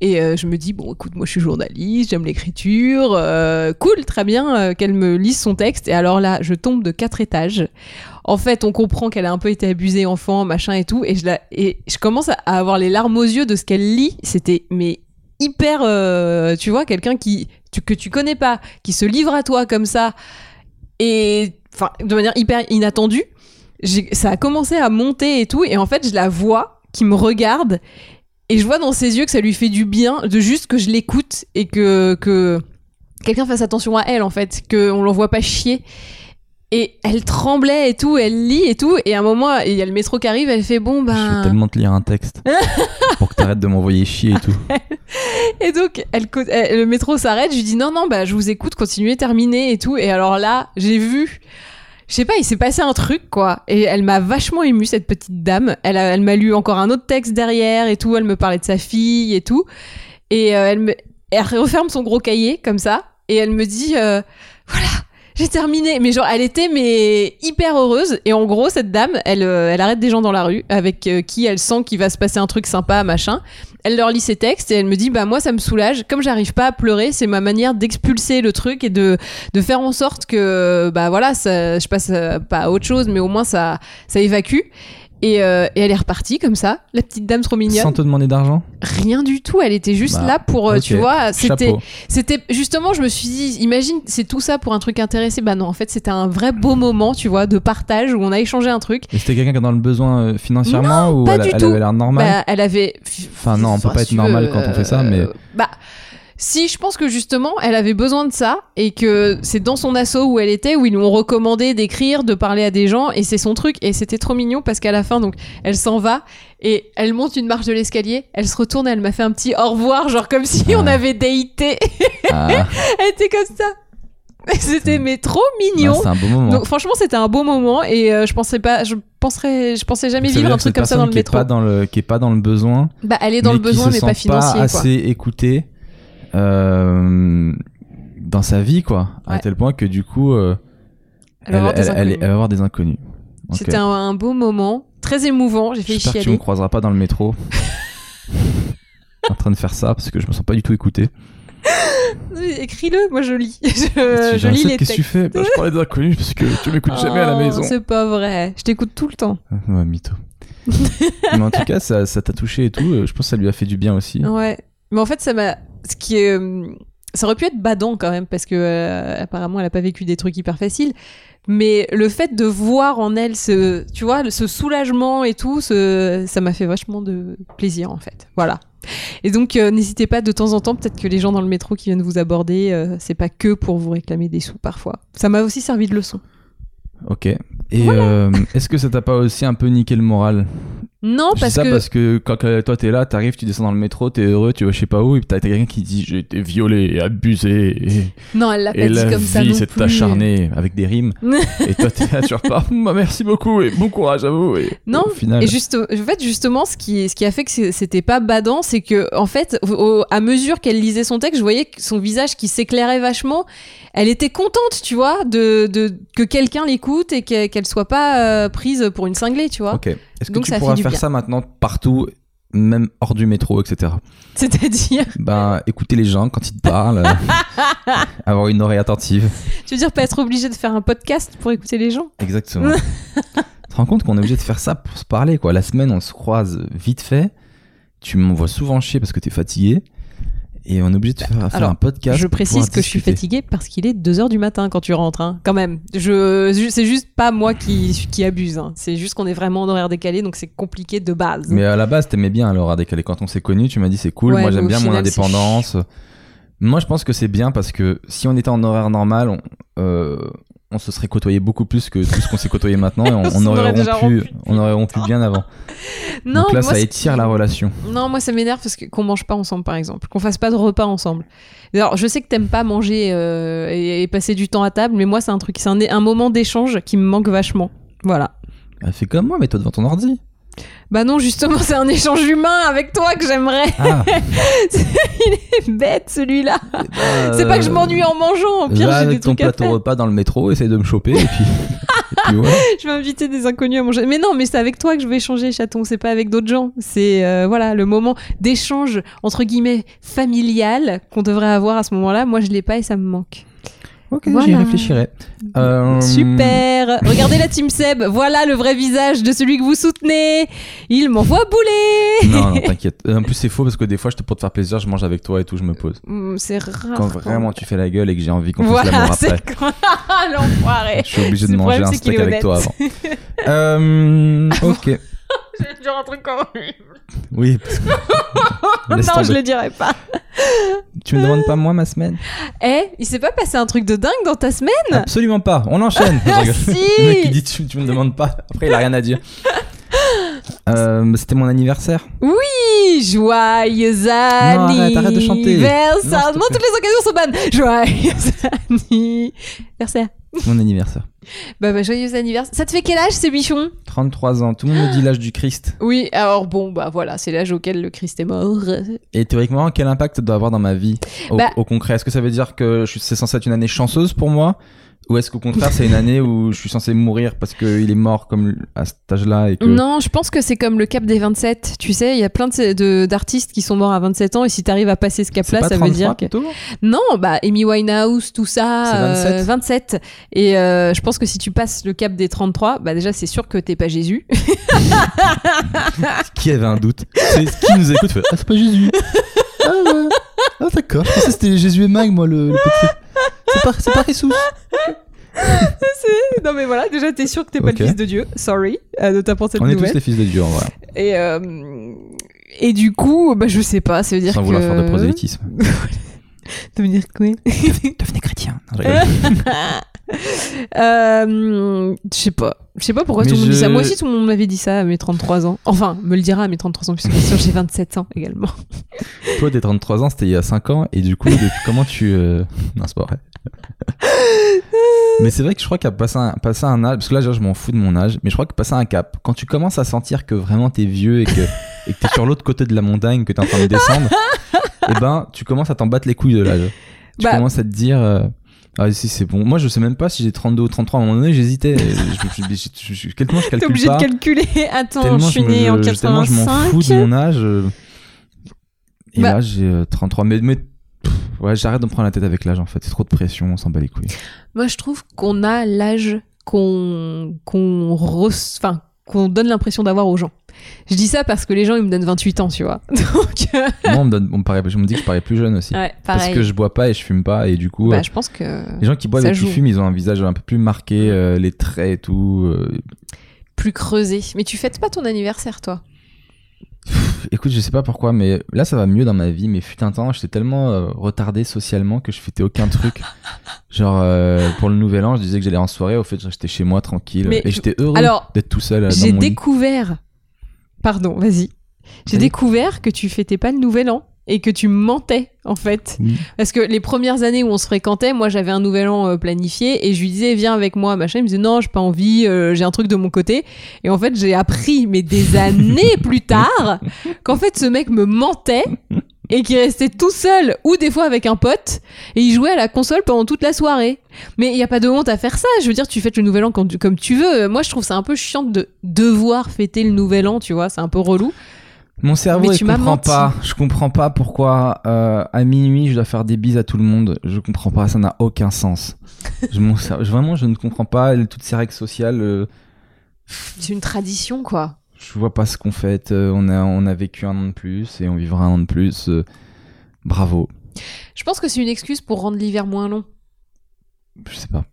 Speaker 2: Et euh, je me dis bon, écoute, moi je suis journaliste, j'aime l'écriture, euh, cool, très bien euh, qu'elle me lise son texte. Et alors là, je tombe de quatre étages. En fait, on comprend qu'elle a un peu été abusée enfant, machin et tout, et je la, et je commence à avoir les larmes aux yeux de ce qu'elle lit. C'était mais hyper, euh, tu vois, quelqu'un qui tu- que tu connais pas, qui se livre à toi comme ça, et enfin de manière hyper inattendue j'ai- ça a commencé à monter et tout et en fait je la vois qui me regarde et je vois dans ses yeux que ça lui fait du bien de juste que je l'écoute et que que quelqu'un fasse attention à elle en fait que on l'envoie pas chier et elle tremblait et tout elle lit et tout et à un moment il y a le métro qui arrive elle fait bon
Speaker 1: Je vais
Speaker 2: ben
Speaker 1: tellement te lire un texte pour que t'arrêtes de m'envoyer chier et tout.
Speaker 2: Et donc, elle, co- elle- le métro s'arrête. Je lui dis non, non, bah, je vous écoute, continuez, terminez et tout. Et alors là, j'ai vu. Je sais pas, il s'est passé un truc, quoi. Et elle m'a vachement émue, cette petite dame. Elle, a- elle m'a lu encore un autre texte derrière et tout. Elle me parlait de sa fille et tout. Et euh, elle, me, elle referme son gros cahier, comme ça. Et elle me dit euh, voilà, j'ai terminé. Mais genre, elle était mais hyper heureuse. Et en gros, cette dame, elle, euh, elle arrête des gens dans la rue avec euh, qui elle sent qu'il va se passer un truc sympa, machin. Elle leur lit ses textes et elle me dit bah moi ça me soulage. Comme j'arrive pas à pleurer, c'est ma manière d'expulser le truc et de, de faire en sorte que bah voilà, ça, je passe euh, pas à autre chose, mais au moins ça ça évacue. Et, euh, et elle est repartie comme ça, la petite dame trop mignonne.
Speaker 1: Sans te demander d'argent
Speaker 2: Rien du tout, elle était juste
Speaker 1: Bah,
Speaker 2: là pour euh, tu
Speaker 1: ok.
Speaker 2: vois, c'était
Speaker 1: Chapeau.
Speaker 2: c'était justement, je me suis dit, imagine, c'est tout ça pour un truc intéressé. Bah non, en fait, c'était un vrai beau moment, tu vois, de partage où on a échangé un truc.
Speaker 1: Et c'était quelqu'un qui est dans le besoin euh, financièrement ou
Speaker 2: pas
Speaker 1: elle,
Speaker 2: du
Speaker 1: elle
Speaker 2: tout.
Speaker 1: avait l'air normale
Speaker 2: Bah, elle avait.
Speaker 1: Enfin, non, on peut pas être
Speaker 2: si tu
Speaker 1: normal
Speaker 2: veux,
Speaker 1: quand on fait ça,
Speaker 2: euh,
Speaker 1: mais-
Speaker 2: Bah. Si, je pense que justement, elle avait besoin de ça et que c'est dans son assaut où elle était où ils lui ont recommandé d'écrire, de parler à des gens et c'est son truc et c'était trop mignon parce qu'à la fin, donc, elle s'en va et elle monte une marche de l'escalier, elle se retourne, elle m'a fait un petit au revoir, genre comme si on
Speaker 1: Ah.
Speaker 2: avait daté.
Speaker 1: Ah,
Speaker 2: elle était comme ça. C'était mais trop
Speaker 1: bah,
Speaker 2: mignon.
Speaker 1: c'est un bon moment.
Speaker 2: Donc franchement, c'était un beau moment et euh, je pensais pas, je penserais, je pensais jamais
Speaker 1: Ça veut
Speaker 2: vivre
Speaker 1: dire
Speaker 2: un
Speaker 1: que cette
Speaker 2: truc comme ça dans
Speaker 1: personne
Speaker 2: le
Speaker 1: qui est
Speaker 2: métro.
Speaker 1: Pas dans le, qui est pas dans le besoin.
Speaker 2: Bah, elle est dans le
Speaker 1: qui
Speaker 2: besoin,
Speaker 1: se
Speaker 2: mais
Speaker 1: sent
Speaker 2: pas financier.
Speaker 1: pas
Speaker 2: quoi.
Speaker 1: assez écoutée euh, dans sa vie, quoi. À
Speaker 2: Ouais.
Speaker 1: tel point que du coup, euh,
Speaker 2: Elle euh, va avoir des
Speaker 1: elle- elle-
Speaker 2: inconnus.
Speaker 1: elle va avoir des inconnus. Ok.
Speaker 2: C'était un, un beau moment, très émouvant. J'ai failli
Speaker 1: J'espère que tu me
Speaker 2: chialer.
Speaker 1: croiseras pas dans le métro. en train de faire ça parce que je me sens pas du tout écouté.
Speaker 2: Écris-le, moi je lis. Je,
Speaker 1: Si
Speaker 2: Euh, je
Speaker 1: j'ai un
Speaker 2: lis
Speaker 1: set,
Speaker 2: les
Speaker 1: Qu'est-ce que tu
Speaker 2: textes.
Speaker 1: fais Bah, Je parlais des inconnus parce que tu m'écoutes jamais à la
Speaker 2: Oh,
Speaker 1: maison.
Speaker 2: C'est pas vrai. Je t'écoute tout le temps.
Speaker 1: Ah, Ouais, mytho. Mais en tout cas, ça ça t'a touché et tout. euh, Je pense que ça lui a fait du bien aussi.
Speaker 2: Ouais. Mais en fait, ça m'a. Ce qui est. euh, Ça aurait pu être badant quand même, parce que euh, apparemment, elle a pas vécu des trucs hyper faciles. Mais le fait de voir en elle ce. Tu vois, ce soulagement et tout, ce- ça m'a fait vachement de plaisir en fait. Voilà. Et donc, euh, n'hésitez pas de temps en temps, peut-être que les gens dans le métro qui viennent vous aborder, euh, c'est pas que pour vous réclamer des sous parfois. Ça m'a aussi servi de leçon.
Speaker 1: Ok. Et euh, est-ce que ça t'a pas aussi un peu niqué le moral
Speaker 2: Non,
Speaker 1: Je dis
Speaker 2: parce
Speaker 1: ça
Speaker 2: que.
Speaker 1: parce que quand euh, toi t'es là, t'arrives, tu descends dans le métro, t'es heureux, tu vas je sais pas où, et puis t'as t'as quelqu'un qui dit j'ai été violé, et abusé, et,
Speaker 2: Non, elle l'a Ah, pas
Speaker 1: et
Speaker 2: dit
Speaker 1: la
Speaker 2: comme ça. non
Speaker 1: vie s'est
Speaker 2: plus.
Speaker 1: acharnée avec des rimes. et toi t'es là, tu repars, Hum, bah, merci beaucoup et bon courage à vous. Et,
Speaker 2: Non,
Speaker 1: au final,
Speaker 2: Et juste, en fait, justement, ce qui, ce qui a fait que c'est- c'était pas badant, c'est que, en fait, au- au- à mesure qu'elle lisait son texte, je voyais que son visage qui s'éclairait vachement. Elle était contente, tu vois, de, de que quelqu'un l'écoute et que- qu'elle soit pas euh, prise pour une cinglée, tu vois.
Speaker 1: Ok. Est-ce que
Speaker 2: Donc
Speaker 1: tu
Speaker 2: ça
Speaker 1: pourras
Speaker 2: fait du
Speaker 1: faire
Speaker 2: bien.
Speaker 1: ça maintenant partout, même hors du métro, etc.
Speaker 2: C'est-à-dire,
Speaker 1: Bah, écouter les gens quand ils te parlent, euh, avoir une oreille attentive.
Speaker 2: tu veux dire pas être obligé de faire un podcast pour écouter les gens
Speaker 1: Exactement. tu te rends compte qu'on est obligé de faire ça pour se parler, quoi. La semaine, on se croise vite fait. Tu m'envoies souvent chier parce que t'es fatigué. et on est obligé de faire, faire
Speaker 2: Alors,
Speaker 1: un podcast.
Speaker 2: Je
Speaker 1: pour
Speaker 2: précise
Speaker 1: pouvoir
Speaker 2: que je suis
Speaker 1: discuter.
Speaker 2: fatiguée parce qu'il est 2h du matin quand tu rentres, hein, quand même. Je, ju- c'est juste pas moi qui, qui abuse. hein. C'est juste qu'on est vraiment en horaire décalé, donc c'est compliqué de base.
Speaker 1: Mais à la base, t'aimais bien l'horaire décalé. Quand on s'est connus, tu m'as dit c'est cool,
Speaker 2: Ouais,
Speaker 1: moi j'aime
Speaker 2: mais
Speaker 1: bien
Speaker 2: au
Speaker 1: mon
Speaker 2: final, c'est
Speaker 1: indépendance. Moi je pense que c'est bien parce que si on était en horaire normal, on, euh, on se serait côtoyé beaucoup plus que tout ce qu'on s'est côtoyé maintenant et on,
Speaker 2: On
Speaker 1: on
Speaker 2: s'en
Speaker 1: aurait
Speaker 2: aurait déjà
Speaker 1: rompu,
Speaker 2: rompu.
Speaker 1: on aurait rompu bien avant.
Speaker 2: non,
Speaker 1: Donc là,
Speaker 2: moi,
Speaker 1: ça
Speaker 2: ce
Speaker 1: étire
Speaker 2: qui-
Speaker 1: la relation.
Speaker 2: Non, moi ça m'énerve parce que- qu'on mange pas ensemble, par exemple, qu'on fasse pas de repas ensemble. Alors, je sais que t'aimes pas manger euh, et, et passer du temps à table, mais moi c'est un truc, c'est un, un moment d'échange qui me manque vachement. Voilà.
Speaker 1: Elle fait comme moi, mais toi devant ton ordi.
Speaker 2: Bah non, justement, c'est un échange humain avec toi que j'aimerais.
Speaker 1: Ah,
Speaker 2: Bête celui-là. C'est pas que je m'ennuie en mangeant. Au pire,
Speaker 1: Là,
Speaker 2: j'ai des
Speaker 1: Euh, avec ton
Speaker 2: trucs à
Speaker 1: plateau
Speaker 2: faire.
Speaker 1: repas dans le métro, essaye de me choper et puis. et puis voilà.
Speaker 2: Je vais inviter des inconnus à manger. Mais non, mais c'est avec toi que je vais échanger, chaton. C'est pas avec d'autres gens. C'est euh, voilà le moment d'échange entre guillemets familial qu'on devrait avoir à ce moment-là. Moi, je l'ai pas et ça me manque.
Speaker 1: Ok, j'y
Speaker 2: Voilà.
Speaker 1: réfléchirai. Euh,
Speaker 2: Super. Regardez la team Seb. Voilà le vrai visage de celui que vous soutenez. Il m'envoie bouler.
Speaker 1: Non, non, t'inquiète. Euh, En plus, c'est faux parce que des fois, je te, pour te faire plaisir, je mange avec toi et tout, je me pose.
Speaker 2: Hum, C'est rare.
Speaker 1: Quand vraiment tu fais la gueule et que j'ai envie qu'on fasse
Speaker 2: Voilà,
Speaker 1: l'amour après,
Speaker 2: c'est quand l'enfoiré.
Speaker 1: je suis obligé de
Speaker 2: Le
Speaker 1: manger
Speaker 2: problème,
Speaker 1: un
Speaker 2: c'est qu'il
Speaker 1: steak
Speaker 2: est
Speaker 1: avec toi
Speaker 2: honnête.
Speaker 1: avant. Euh, ok.
Speaker 2: Je vais dire un truc horrible.
Speaker 1: Oui. parce que- Laisse
Speaker 2: Non, je
Speaker 1: tomber.
Speaker 2: le dirai pas.
Speaker 1: Tu me demandes pas moi ma semaine
Speaker 2: Eh, il s'est pas passé un truc de dingue dans ta semaine
Speaker 1: Absolument pas. On enchaîne. Je rigole.
Speaker 2: Ah, si
Speaker 1: Le mec il dit tu, tu me demandes pas. Après il a rien à dire. Euh, C'était mon anniversaire.
Speaker 2: Joyeux
Speaker 1: Non, arrête, arrête de chanter.
Speaker 2: anniversaire.
Speaker 1: Non, s'il te
Speaker 2: Non, toutes les occasions sont bonnes. Joyeux anniversaire.
Speaker 1: Mon anniversaire.
Speaker 2: Bah, bah, joyeux anniversaire. Ça te fait quel âge, ces bichons
Speaker 1: 33 ans. Tout le monde me dit l'âge du Christ.
Speaker 2: Oui, alors bon, bah voilà, c'est l'âge auquel le Christ est mort.
Speaker 1: Et théoriquement, quel impact ça doit avoir dans ma vie au,
Speaker 2: Bah-
Speaker 1: au concret Est-ce que ça veut dire que je suis- c'est censé être une année chanceuse pour moi ou est-ce qu'au contraire c'est une année où je suis censé mourir parce qu'il est mort comme à cet âge-là et que
Speaker 2: Non, je pense que c'est comme le cap des 27. Tu sais, il y a plein de- de- d'artistes qui sont morts à 27 ans et si t'arrives à passer ce
Speaker 1: c'est
Speaker 2: cap-là,
Speaker 1: pas
Speaker 2: ça
Speaker 1: 33
Speaker 2: veut dire que.
Speaker 1: plutôt
Speaker 2: Non, bah Amy Winehouse, tout
Speaker 1: C'est
Speaker 2: ça,
Speaker 1: 27.
Speaker 2: euh, 27. Et euh, je pense que si tu passes le cap des 33, bah déjà c'est sûr que t'es pas Jésus.
Speaker 1: Qui avait un doute C'est qui nous écoute fait, Ah, c'est pas Jésus. Ah, ouais. Ah, d'accord. Je pensais que c'était Jésus et Mag, moi, le, le petit. C'est pas, c'est pas Jésus.
Speaker 2: non mais voilà, déjà t'es sûr que t'es pas
Speaker 1: Ok.
Speaker 2: le fils de Dieu. Sorry euh, de t'apprendre cette
Speaker 1: On est tous
Speaker 2: nouvelle.
Speaker 1: les fils de Dieu, en vrai.
Speaker 2: Et euh, et du coup, bah je sais pas, ça veut dire
Speaker 1: Sans
Speaker 2: que
Speaker 1: vouloir faire de prosélytisme.
Speaker 2: Devenir quoi
Speaker 1: Devenez chrétien. Non, je rigole.
Speaker 2: Euh, Je sais pas. Je sais pas pourquoi
Speaker 1: Mais
Speaker 2: tout le monde dit
Speaker 1: je-
Speaker 2: ça. Moi aussi, tout le monde m'avait dit ça à mes 33 ans. Enfin, me le dira à mes 33 ans, puisque bien sûr, j'ai 27 ans également.
Speaker 1: Toi, t'es 33 ans, c'était il y a 5 ans, et du coup, depuis comment tu. euh, Non, c'est pas vrai. Mais c'est vrai que je crois qu'à passer un, passer un âge, parce que là, genre, je m'en fous de mon âge, mais je crois que passer un cap, quand tu commences à sentir que vraiment t'es vieux et que et que t'es sur l'autre côté de la montagne, que t'es en train de descendre, et ben, tu commences à t'en battre les couilles de l'âge. tu
Speaker 2: Bah,
Speaker 1: commences à te dire euh, ah si c'est bon moi je sais même pas si j'ai 32 ou 33 à un moment donné j'hésitais je me suis dit, je- je- je- tellement je
Speaker 2: t'es
Speaker 1: calcule
Speaker 2: obligé
Speaker 1: pas
Speaker 2: de calculer. Attends, Oh, je
Speaker 1: tellement
Speaker 2: suis
Speaker 1: me-
Speaker 2: née en
Speaker 1: je- tellement je m'en
Speaker 2: 85.
Speaker 1: fous de mon âge euh, et
Speaker 2: Bah.
Speaker 1: là j'ai euh, 33 mais, mais pff, ouais j'arrête de me prendre la tête avec l'âge en fait c'est trop de pression on s'en bat les couilles
Speaker 2: Moi, je trouve qu'on a l'âge qu'on qu'on res- enfin, qu'on donne l'impression d'avoir aux gens. Je dis ça parce que les gens, ils me donnent 28 ans, tu vois. Donc, euh,
Speaker 1: moi on me, donne, on me paraît- je me dis que je parais plus jeune aussi
Speaker 2: ouais,
Speaker 1: parce
Speaker 2: Ah, pareil.
Speaker 1: que je bois pas et je fume pas et du coup euh,
Speaker 2: Bah, je pense que
Speaker 1: les gens qui boivent
Speaker 2: ça
Speaker 1: et qui
Speaker 2: joue.
Speaker 1: fument ils ont un visage un peu plus marqué euh, les traits et tout euh,
Speaker 2: plus creusé. Mais tu fêtes pas ton anniversaire, toi
Speaker 1: Écoute, je sais pas pourquoi, mais là ça va mieux dans ma vie. Mais fut un temps, j'étais tellement euh, retardé socialement que je fêtais aucun truc. Genre euh, pour le nouvel an, je disais que j'allais en soirée. Au fait, j'étais chez moi tranquille
Speaker 2: Mais
Speaker 1: et j'étais heureux
Speaker 2: Alors,
Speaker 1: d'être tout seul euh, dans
Speaker 2: j'ai
Speaker 1: mon lit.
Speaker 2: découvert. Pardon, vas-y.
Speaker 1: Vas-y.
Speaker 2: J'ai découvert que tu fêtais pas le nouvel an et que tu mentais, en fait.
Speaker 1: Oui.
Speaker 2: Parce que les premières années où on se fréquentait, moi j'avais un nouvel an euh, planifié et je lui disais viens avec moi, machin. Il me disait non, j'ai pas envie, euh, j'ai un truc de mon côté. Et en fait, j'ai appris, mais des années plus tard, qu'en fait ce mec me mentait et qu'il restait tout seul ou des fois avec un pote et il jouait à la console pendant toute la soirée. Mais il n'y a pas de honte à faire ça. Je veux dire, tu fêtes le nouvel an quand tu- comme tu veux. Moi, je trouve ça un peu chiant de devoir fêter le nouvel an, tu vois. C'est un peu relou.
Speaker 1: Mon cerveau,
Speaker 2: Mais
Speaker 1: il
Speaker 2: tu m'as
Speaker 1: comprend
Speaker 2: menti.
Speaker 1: pas. Je comprends pas pourquoi euh, à minuit je dois faire des bises à tout le monde. Je comprends pas, ça n'a aucun sens. je, mon cer- je- vraiment, je ne comprends pas les- toutes ces règles sociales. euh,
Speaker 2: C'est une tradition, quoi.
Speaker 1: je vois pas ce qu'on fait. euh, on a on a vécu un an de plus et on vivra un an de plus. euh, Bravo.
Speaker 2: Je pense que c'est une excuse pour rendre l'hiver moins long.
Speaker 1: Je sais pas.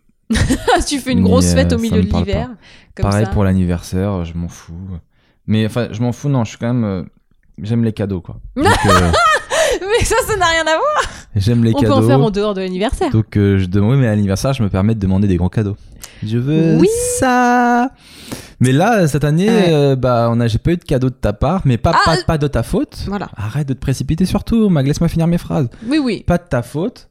Speaker 2: tu fais une
Speaker 1: Mais,
Speaker 2: grosse fête
Speaker 1: euh,
Speaker 2: au
Speaker 1: ça
Speaker 2: milieu
Speaker 1: me
Speaker 2: de
Speaker 1: parle
Speaker 2: l'hiver. Comme
Speaker 1: Pareil
Speaker 2: ça.
Speaker 1: pour l'anniversaire, euh, je m'en fous. Mais enfin, je m'en fous, non, je suis quand même. euh, J'aime les cadeaux, quoi. Donc, euh,
Speaker 2: Mais ça, ça n'a rien à voir.
Speaker 1: J'aime les
Speaker 2: On peut
Speaker 1: cadeaux.
Speaker 2: en faire en dehors de l'anniversaire.
Speaker 1: Donc euh, je demande, oui, mais à l'anniversaire, je me permets de demander des grands cadeaux. Je veux
Speaker 2: Oui.
Speaker 1: ça. Mais là, cette année,
Speaker 2: Ouais.
Speaker 1: euh, bah, on a, j'ai pas eu de cadeau de ta part, mais pas,
Speaker 2: Ah,
Speaker 1: pas, pas de ta faute.
Speaker 2: Voilà.
Speaker 1: Arrête de te précipiter surtout, Mag, laisse-moi finir mes phrases.
Speaker 2: Oui, oui.
Speaker 1: Pas de ta faute,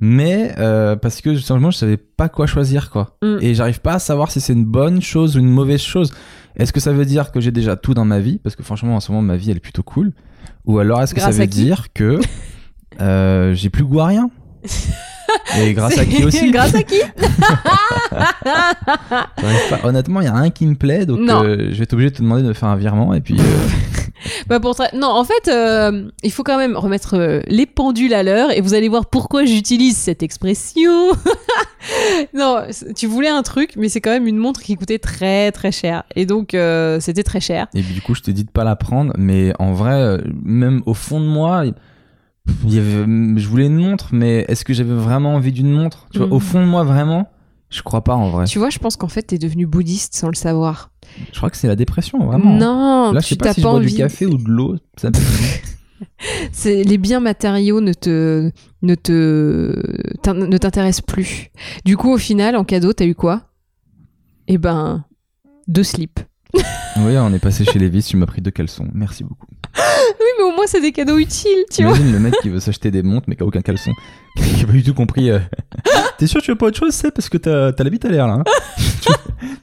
Speaker 1: mais euh, parce que justement, je savais pas quoi choisir, quoi.
Speaker 2: Mm.
Speaker 1: Et j'arrive pas à savoir si c'est une bonne chose ou une mauvaise chose. Est-ce que ça veut dire que j'ai déjà tout dans ma vie Parce que franchement, en ce moment, ma vie, elle est plutôt cool. Ou alors, est-ce que
Speaker 2: Grâce
Speaker 1: ça
Speaker 2: à
Speaker 1: veut
Speaker 2: qui
Speaker 1: dire que euh, j'ai plus goût à rien Et grâce à
Speaker 2: C'est-
Speaker 1: qui aussi
Speaker 2: Grâce à qui
Speaker 1: J'arrive pas- Honnêtement, il y a un qui me plaît, donc
Speaker 2: Non.
Speaker 1: euh, je vais être obligé de te demander de faire un virement. Et puis, euh,
Speaker 2: Bah, pour tra- Non, en fait, euh, il faut quand même remettre euh, les pendules à l'heure et vous allez voir pourquoi j'utilise cette expression. non, c- tu voulais un truc, mais c'est quand même une montre qui coûtait très très cher. Et donc, euh, c'était très cher.
Speaker 1: Et puis, du coup, je t'ai dit de pas la prendre, mais en vrai, euh, même au fond de moi, il y avait- je voulais une montre, mais est-ce que j'avais vraiment envie d'une montre Tu vois,
Speaker 2: Mm.
Speaker 1: au fond de moi, vraiment, je crois pas en vrai.
Speaker 2: Tu vois, je pense qu'en fait, t'es devenu bouddhiste sans le savoir.
Speaker 1: Je crois que c'est la dépression, vraiment.
Speaker 2: Non,
Speaker 1: Là, je
Speaker 2: tu
Speaker 1: sais
Speaker 2: t'as
Speaker 1: pas si je bois
Speaker 2: envie.
Speaker 1: du café ou de l'eau. ça-
Speaker 2: C'est- Les biens matériaux ne te ne te t'in- ne t'intéressent plus. Du coup, au final, en cadeau, t'as eu quoi Eh ben, deux slips.
Speaker 1: oui, on est passé chez Levis, tu m'as pris deux caleçons. Merci beaucoup.
Speaker 2: Oui, mais au moins, c'est des cadeaux utiles, tu vois.
Speaker 1: Imagine le mec qui veut s'acheter des montres, mais qui a aucun caleçon. qui a pas du tout compris. euh, T'es sûr que tu veux pas autre chose, c'est parce que t'as t'as la bite à l'air, là. hein. Tu-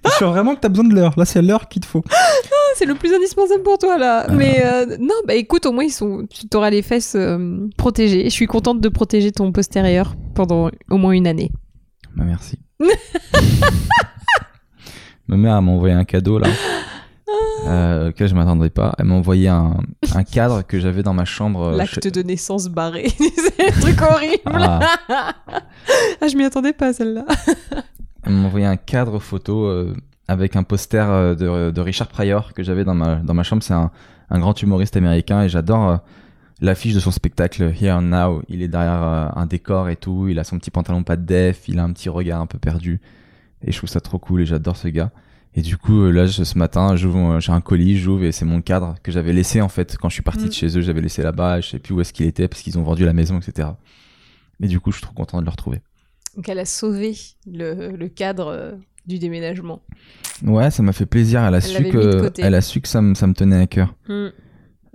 Speaker 1: T'es sûr vraiment que t'as besoin de l'heure. Là, c'est l'heure qu'il te faut.
Speaker 2: C'est le plus indispensable pour toi,
Speaker 1: Ah.
Speaker 2: là. Mais euh, non, bah écoute, au moins, ils sont... tu t'auras les fesses euh, protégées. Et Je suis contente de protéger ton postérieur pendant au moins une année.
Speaker 1: Bah merci. Ma mère elle m'a envoyé un cadeau là, euh, auquel je m'attendais pas. Elle m'a envoyé un, un cadre que j'avais dans ma chambre. euh,
Speaker 2: L'acte
Speaker 1: chez-
Speaker 2: de naissance barré. c'est un truc horrible.
Speaker 1: Ah,
Speaker 2: ah, je m'y attendais pas celle-là.
Speaker 1: elle m'a envoyé un cadre photo euh, avec un poster euh, de, de Richard Pryor que j'avais dans ma, dans ma chambre. C'est un, un grand humoriste américain et j'adore euh, l'affiche de son spectacle euh, Here and Now. Il est derrière euh, un décor et tout. Il a son petit pantalon pas de def. Il a un petit regard un peu perdu. Et je trouve ça trop cool et j'adore ce gars. Et du coup, euh, là, je- ce matin, j'ouvre mon- j'ai un colis, j'ouvre et c'est mon cadre que j'avais laissé en fait quand je suis parti
Speaker 2: Mm.
Speaker 1: de chez eux. J'avais laissé là-bas. Je sais plus où est-ce qu'il était parce qu'ils ont vendu la maison, etc. Mais du coup, je suis trop content de le retrouver.
Speaker 2: Donc elle a sauvé le, le cadre euh, du déménagement.
Speaker 1: Ouais, ça m'a fait plaisir. Elle a su
Speaker 2: l'avait mis de
Speaker 1: que,
Speaker 2: côté.
Speaker 1: elle a su que ça me, ça me tenait à cœur.
Speaker 2: Hmm.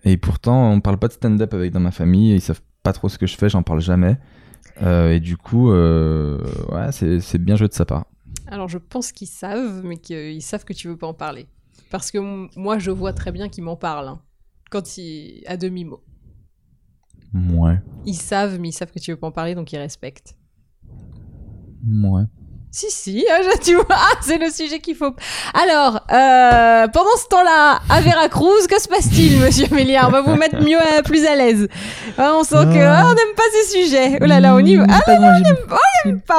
Speaker 1: Et pourtant, on parle pas de stand-up avec dans ma famille. Ils savent pas trop ce que je fais. J'en parle jamais. Euh, et du coup, euh, ouais, c'est c'est bien joué de sa part.
Speaker 2: Alors je pense qu'ils savent, mais qu'ils savent que tu veux pas en parler. Parce que m- moi je vois très bien qu'ils m'en parlent. hein. Quand ils... à demi-mot.
Speaker 1: Ouais,
Speaker 2: Ils savent, mais ils savent que tu veux pas en parler, donc ils respectent.
Speaker 1: ouais.
Speaker 2: Si, si, ah, je- tu vois, ah, c'est le sujet qu'il faut. Alors, euh, pendant ce temps-là, à Veracruz, que se passe-t-il, monsieur Méliard On va vous mettre mieux, à- plus à l'aise. Ah, on sent que
Speaker 1: Ah.
Speaker 2: ah, on n'aime pas ces sujets. Oh là là, on y va. Ah,
Speaker 1: pas grand-
Speaker 2: pas,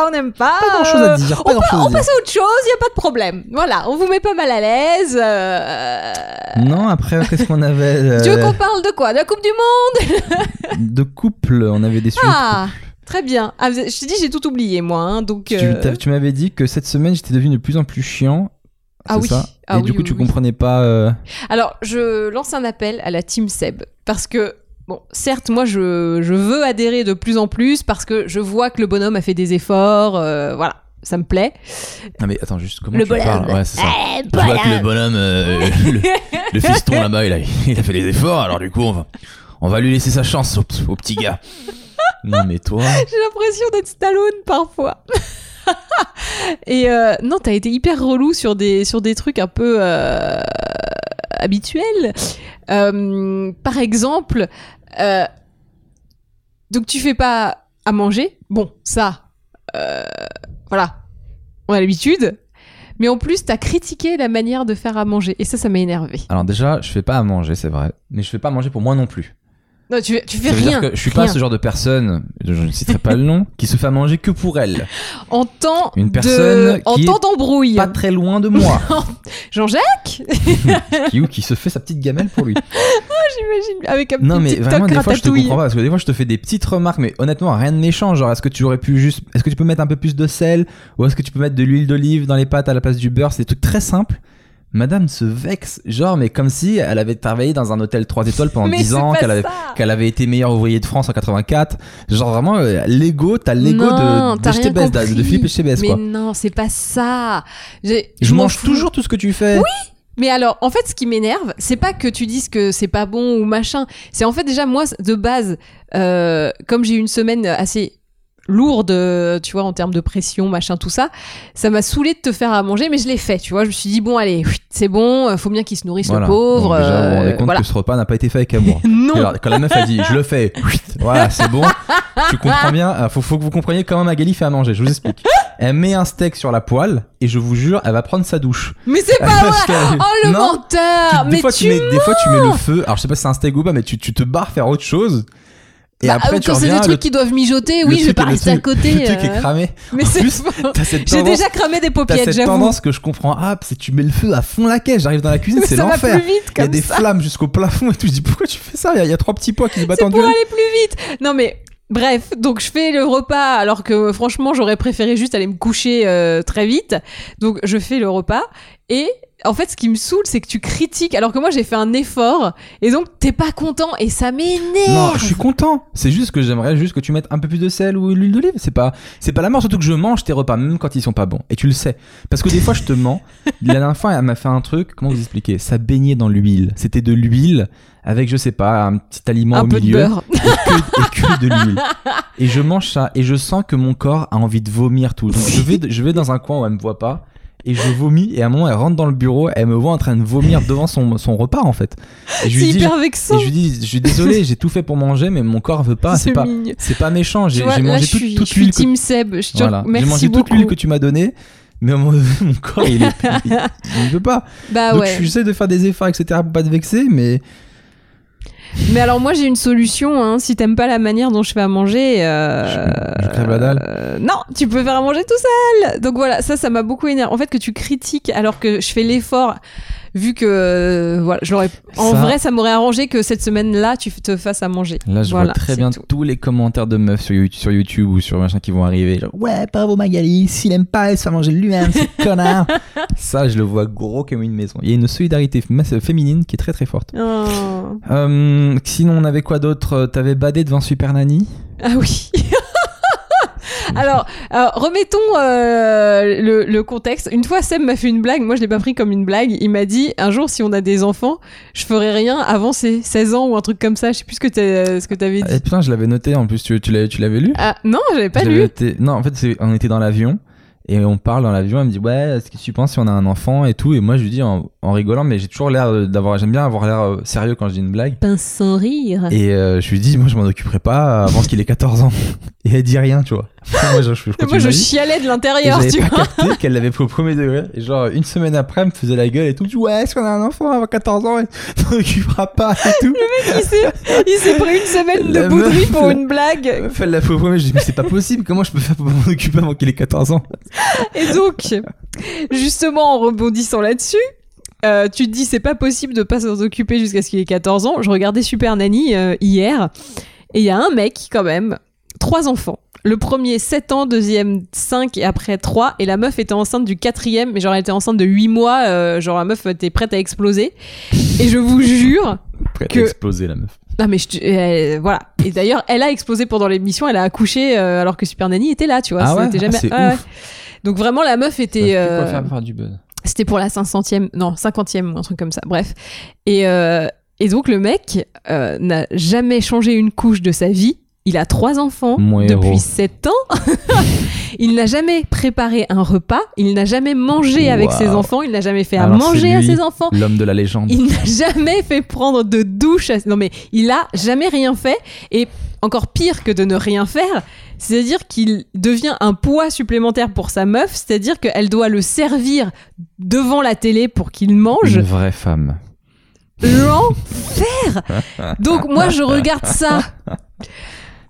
Speaker 2: on n'aime pas.
Speaker 1: pas grand-chose à dire. Pas grand-chose à dire.
Speaker 2: passe à autre chose, il n'y a pas de problème. Voilà, on vous met pas mal à l'aise. euh,
Speaker 1: Non, après, qu'est-ce qu'on avait
Speaker 2: Tu veux
Speaker 1: euh,
Speaker 2: qu'on parle de quoi De la Coupe du Monde
Speaker 1: De couple, on avait des sujets. de
Speaker 2: Ah, Très bien. Ah, vous avez- je te dis, j'ai tout oublié, moi. hein, donc,
Speaker 1: Tu,
Speaker 2: euh,
Speaker 1: t'as- tu m'avais dit que cette semaine j'étais devenu de plus en plus chiant.
Speaker 2: Ah
Speaker 1: c'est
Speaker 2: oui,
Speaker 1: ça
Speaker 2: ah
Speaker 1: Et
Speaker 2: oui,
Speaker 1: du coup,
Speaker 2: oui,
Speaker 1: tu
Speaker 2: oui.
Speaker 1: comprenais pas. euh,
Speaker 2: Alors, je lance un appel à la team Seb. Parce que, bon, certes, moi, je, je veux adhérer de plus en plus parce que je vois que le bonhomme a fait des efforts. euh, voilà, ça me plaît.
Speaker 1: Non, mais attends, juste comment
Speaker 2: Le
Speaker 1: tu parles
Speaker 2: bonhomme.
Speaker 1: Ouais, c'est ça.
Speaker 2: Eh,
Speaker 3: Je vois que
Speaker 2: bonhomme.
Speaker 3: le bonhomme, euh, le, le fiston là-bas, il a, il a fait des efforts, alors du coup, on va, on va lui laisser sa chance au, p- au petit gars.
Speaker 1: Non, mais toi.
Speaker 2: J'ai l'impression d'être Stallone parfois. Et euh, non, t'as été hyper relou sur des, sur des trucs un peu euh, habituels. Euh, par exemple, euh, donc tu fais pas à manger. Bon, ça, euh, voilà, on a l'habitude. Mais en plus, t'as critiqué la manière de faire à manger. Et ça, ça m'a énervé.
Speaker 1: Alors, déjà, je fais pas à manger, c'est vrai. Mais je fais pas à manger pour moi non plus.
Speaker 2: Non, tu, tu fais
Speaker 1: ça veut
Speaker 2: rien.
Speaker 1: dire que je suis
Speaker 2: rien.
Speaker 1: pas ce genre de personne, je je ne citerai pas le nom, qui se fait à manger que pour elle.
Speaker 2: En temps
Speaker 1: Une
Speaker 2: de-
Speaker 1: personne
Speaker 2: en
Speaker 1: qui
Speaker 2: temps
Speaker 1: est
Speaker 2: d'embrouille.
Speaker 1: Pas très loin de moi.
Speaker 2: Jean-Jacques
Speaker 1: qui ou qui se fait sa petite gamelle pour lui.
Speaker 2: j'imagine, avec un
Speaker 1: Non,
Speaker 2: petit
Speaker 1: mais
Speaker 2: TikTok
Speaker 1: vraiment, des fois, je te
Speaker 2: ratatouille.
Speaker 1: comprends pas. Parce que des fois, je te fais des petites remarques, mais honnêtement, rien de méchant. Genre, est-ce que tu aurais pu juste. Est-ce que tu peux mettre un peu plus de sel Ou est-ce que tu peux mettre de l'huile d'olive dans les pâtes à la place du beurre C'est des trucs très simples. Madame se vexe, genre, mais comme si elle avait travaillé dans un hôtel 3 étoiles pendant
Speaker 2: mais
Speaker 1: 10
Speaker 2: c'est
Speaker 1: ans,
Speaker 2: pas
Speaker 1: qu'elle avait,
Speaker 2: ça.
Speaker 1: qu'elle avait été meilleure ouvrier de France en 84. Genre, vraiment, euh, l'ego, t'as l'ego
Speaker 2: Non,
Speaker 1: de, de
Speaker 2: t'as rien
Speaker 1: JTBS, de, de
Speaker 2: compris.
Speaker 1: Philippe Etchebest,
Speaker 2: Mais
Speaker 1: quoi.
Speaker 2: non, c'est pas ça. J'ai-
Speaker 1: Je,
Speaker 2: m'en
Speaker 1: mange
Speaker 2: fous.
Speaker 1: toujours tout ce que tu fais.
Speaker 2: Mais alors, en fait, ce qui m'énerve, c'est pas que tu dises que c'est pas bon ou machin. C'est en fait déjà moi de base, euh, comme j'ai eu une semaine assez lourde, euh, tu vois, en termes de pression, machin, tout ça, ça m'a saoulé de te faire à manger, mais je l'ai fait, tu vois. Je me suis dit bon, allez, c'est bon, euh, faut bien qu'il se nourrisse
Speaker 1: Voilà.
Speaker 2: le pauvre.
Speaker 1: Donc, déjà, on
Speaker 2: euh,
Speaker 1: est compte
Speaker 2: voilà.
Speaker 1: que ce repas n'a pas été fait avec amour. Et
Speaker 2: Non,
Speaker 1: alors, quand la meuf a dit je le fais, voilà, c'est bon, tu comprends bien, euh, faut, faut que vous compreniez comment Magali fait à manger, je vous explique. Elle met un steak sur la poêle et je vous jure, elle va prendre sa douche.
Speaker 2: mais c'est pas vrai.
Speaker 1: Parce que-
Speaker 2: Oh le
Speaker 1: Non,
Speaker 2: menteur
Speaker 1: tu- des,
Speaker 2: Mais
Speaker 1: fois,
Speaker 2: tu
Speaker 1: mets, des fois tu mets le feu, alors je sais pas si c'est un steak ou pas, mais tu, tu te barres faire autre chose. Et
Speaker 2: Bah,
Speaker 1: après
Speaker 2: euh,
Speaker 1: tu
Speaker 2: quand c'est
Speaker 1: reviens,
Speaker 2: des trucs
Speaker 1: le-
Speaker 2: qui doivent mijoter,
Speaker 1: le
Speaker 2: oui, je vais
Speaker 1: truc-
Speaker 2: pas
Speaker 1: le
Speaker 2: rester à
Speaker 1: truc-
Speaker 2: côté.
Speaker 1: Le truc
Speaker 2: euh,
Speaker 1: est cramé.
Speaker 2: Mais
Speaker 1: En
Speaker 2: c'est
Speaker 1: plus, T'as cette
Speaker 2: J'ai
Speaker 1: tendance,
Speaker 2: déjà cramé des
Speaker 1: t'as
Speaker 2: paupiettes,
Speaker 1: cette
Speaker 2: j'avoue.
Speaker 1: tendance que je comprends. Ah, c'est tu mets le feu à fond la caisse, j'arrive dans la cuisine,
Speaker 2: Mais
Speaker 1: c'est
Speaker 2: ça va
Speaker 1: l'enfer.
Speaker 2: plus vite
Speaker 1: Il y a
Speaker 2: comme
Speaker 1: des
Speaker 2: ça.
Speaker 1: flammes jusqu'au plafond et tout. Je dis pourquoi tu fais ça Il y a- il y, a trois petits pois qui se battent
Speaker 2: C'est
Speaker 1: en
Speaker 2: pour
Speaker 1: duel.
Speaker 2: aller plus vite. Non mais bref, donc je fais le repas alors que euh, franchement j'aurais préféré juste aller me coucher euh, très vite. Donc je fais le repas et en fait ce qui me saoule c'est que tu critiques alors que moi j'ai fait un effort et donc t'es pas content et ça m'énerve.
Speaker 1: Non, je suis content. C'est juste que j'aimerais juste que tu mettes un peu plus de sel ou de l'huile d'olive. C'est pas, c'est pas la mort. Surtout que je mange tes repas, même quand ils sont pas bons. Et tu le sais. Parce que des fois, je te mens. La dernière fois, elle m'a fait un truc. Comment vous expliquer Ça baignait dans l'huile. C'était de l'huile avec, je sais pas, un petit aliment
Speaker 2: un
Speaker 1: au
Speaker 2: peu
Speaker 1: milieu.
Speaker 2: de beurre.
Speaker 1: Et que, et que de l'huile. Et je mange ça. Et je sens que mon corps a envie de vomir tout. Donc, je vais, je vais dans un coin où elle me voit pas. Et je vomis. Et à un moment, elle rentre dans le bureau. Elle me voit en train de vomir devant son, son repas, en fait. Et je
Speaker 2: C'est
Speaker 1: lui dis,
Speaker 2: hyper
Speaker 1: et
Speaker 2: vexant.
Speaker 1: je lui dis, je suis désolé, j'ai tout fait pour manger, mais mon corps veut pas. C'est
Speaker 2: C'est
Speaker 1: pas,
Speaker 2: mignon.
Speaker 1: c'est pas méchant.
Speaker 2: Tu
Speaker 1: J'ai
Speaker 2: vois,
Speaker 1: j'ai
Speaker 2: là,
Speaker 1: mangé
Speaker 2: je
Speaker 1: tout-
Speaker 2: suis,
Speaker 1: toute
Speaker 2: je suis
Speaker 1: l'huile que,
Speaker 2: Team Seb. Je te...
Speaker 1: voilà. J'ai
Speaker 2: Merci
Speaker 1: mangé toute
Speaker 2: beaucoup.
Speaker 1: l'huile que tu m'as donnée, mais mon, mon corps il, est, il, il veut pas.
Speaker 2: Bah
Speaker 1: Donc
Speaker 2: ouais.
Speaker 1: j'essaie de faire des efforts, etc. pour pas te vexer, mais
Speaker 2: Mais alors moi j'ai une solution, hein. si t'aimes pas la manière dont je fais à manger... euh,
Speaker 1: Je- je crève la dalle.
Speaker 2: euh, non, tu peux faire à manger tout seul. Donc voilà, ça ça m'a beaucoup énervé. En fait que tu critiques alors que je fais l'effort, vu que... euh, voilà, je l'aurais... En
Speaker 1: Ça-
Speaker 2: vrai ça m'aurait arrangé que cette semaine-là tu te fasses à manger.
Speaker 1: là je
Speaker 2: Voilà,
Speaker 1: vois très
Speaker 2: c'est
Speaker 1: bien
Speaker 2: tout.
Speaker 1: tous les commentaires de meufs sur YouTube, sur YouTube ou sur machin qui vont arriver. Genre, ouais, bravo Magali, s'il aime pas, il se fait manger lui-même, c'est connard. Ça, je le vois gros comme une maison. Il y a une solidarité f- féminine qui est très très forte.
Speaker 2: Oh.
Speaker 1: Euh, sinon, on avait quoi d'autre Euh, T'avais badé devant Super Nanny
Speaker 2: Ah oui. Alors, euh, remettons euh, le, le contexte. Une fois, Seb m'a fait une blague. Moi, je l'ai pas pris comme une blague. Il m'a dit un jour, si on a des enfants, je ferai rien avant ses 16 ans ou un truc comme ça. Je sais plus ce que t'as- ce que t'avais
Speaker 1: Et
Speaker 2: dit.
Speaker 1: putain, je l'avais noté en plus, tu, tu l'avais, tu l'avais lu
Speaker 2: Ah non, Euh, j'avais pas
Speaker 1: Je l'avais
Speaker 2: lu.
Speaker 1: noté. Non, en fait, c'est- on était dans l'avion et on parle dans l'avion. Elle me dit Ouais, est-ce que tu penses si on a un enfant et tout Et moi, je lui dis en, en rigolant, mais j'ai toujours l'air de- d'avoir. J'aime bien avoir l'air euh, sérieux quand je dis une blague.
Speaker 2: Pince sans rire.
Speaker 1: Et euh, je lui dis Moi, je m'en occuperai pas avant qu'il ait 14 ans. Et elle dit rien, tu vois. moi, je, je, je
Speaker 2: Et
Speaker 1: continue
Speaker 2: moi, je
Speaker 1: ma vie.
Speaker 2: chialais de
Speaker 1: Et
Speaker 2: l'intérieur,
Speaker 1: j'avais
Speaker 2: tu
Speaker 1: pas
Speaker 2: vois.
Speaker 1: capté qu'elle l'avait pris au premier degré. Et genre, une semaine après, elle me faisait la gueule et tout. Je dis, ouais, est-ce qu'on a un enfant avant 14 ans et t'en occuperas pas et tout.
Speaker 2: Il s'est il s'est pris une semaine de
Speaker 1: La
Speaker 2: bouderie
Speaker 1: meuf,
Speaker 2: pour
Speaker 1: là.
Speaker 2: une blague.
Speaker 1: Elle l'a fait au premier. Je dis, mais c'est pas possible. Comment je peux faire pour m'en occuper avant qu'il ait 14 ans
Speaker 2: Et donc, justement, en rebondissant là-dessus, euh, tu te dis c'est pas possible de pas s'en occuper jusqu'à ce qu'il ait 14 ans. Je regardais Super Nanny euh, hier et il y a un mec quand même, trois enfants. Le premier 7 ans, deuxième 5 et après 3 et la meuf était enceinte du quatrième mais genre elle était enceinte de 8 mois, euh, genre la meuf était prête à exploser. Et je vous jure,
Speaker 1: Après,
Speaker 2: Que-
Speaker 1: elle a explosé, la meuf.
Speaker 2: non mais je te- euh, voilà. Et d'ailleurs, elle a explosé pendant l'émission, elle a accouché euh, alors que Super Nanny était là, tu vois.
Speaker 1: Ah ouais
Speaker 2: c'était
Speaker 1: Ah, c'est
Speaker 2: ouais,
Speaker 1: ouf.
Speaker 2: ouais. Donc vraiment la meuf
Speaker 1: Ils
Speaker 2: était
Speaker 1: savent plus
Speaker 2: euh,
Speaker 1: quoi faire pour faire du buzz.
Speaker 2: c'était pour la 500e, non, 50e ou un truc comme ça, bref. Et, euh, et donc le mec euh, n'a jamais changé une couche de sa vie. Il a trois enfants
Speaker 1: Mon héros.
Speaker 2: depuis 7 ans. il n'a jamais préparé un repas. Il n'a jamais mangé avec
Speaker 1: Waouh.
Speaker 2: ses enfants. Il n'a jamais fait à
Speaker 1: Alors,
Speaker 2: manger
Speaker 1: c'est
Speaker 2: à
Speaker 1: lui.
Speaker 2: ses enfants.
Speaker 1: L'homme de la légende.
Speaker 2: Il n'a jamais fait prendre de douche. à- Non, mais il a jamais rien fait. Et encore pire que de ne rien faire, c'est-à-dire qu'il devient un poids supplémentaire pour sa meuf. C'est-à-dire qu'elle doit le servir devant la télé pour qu'il mange.
Speaker 1: Une vraie femme.
Speaker 2: L'enfer Donc moi, je regarde ça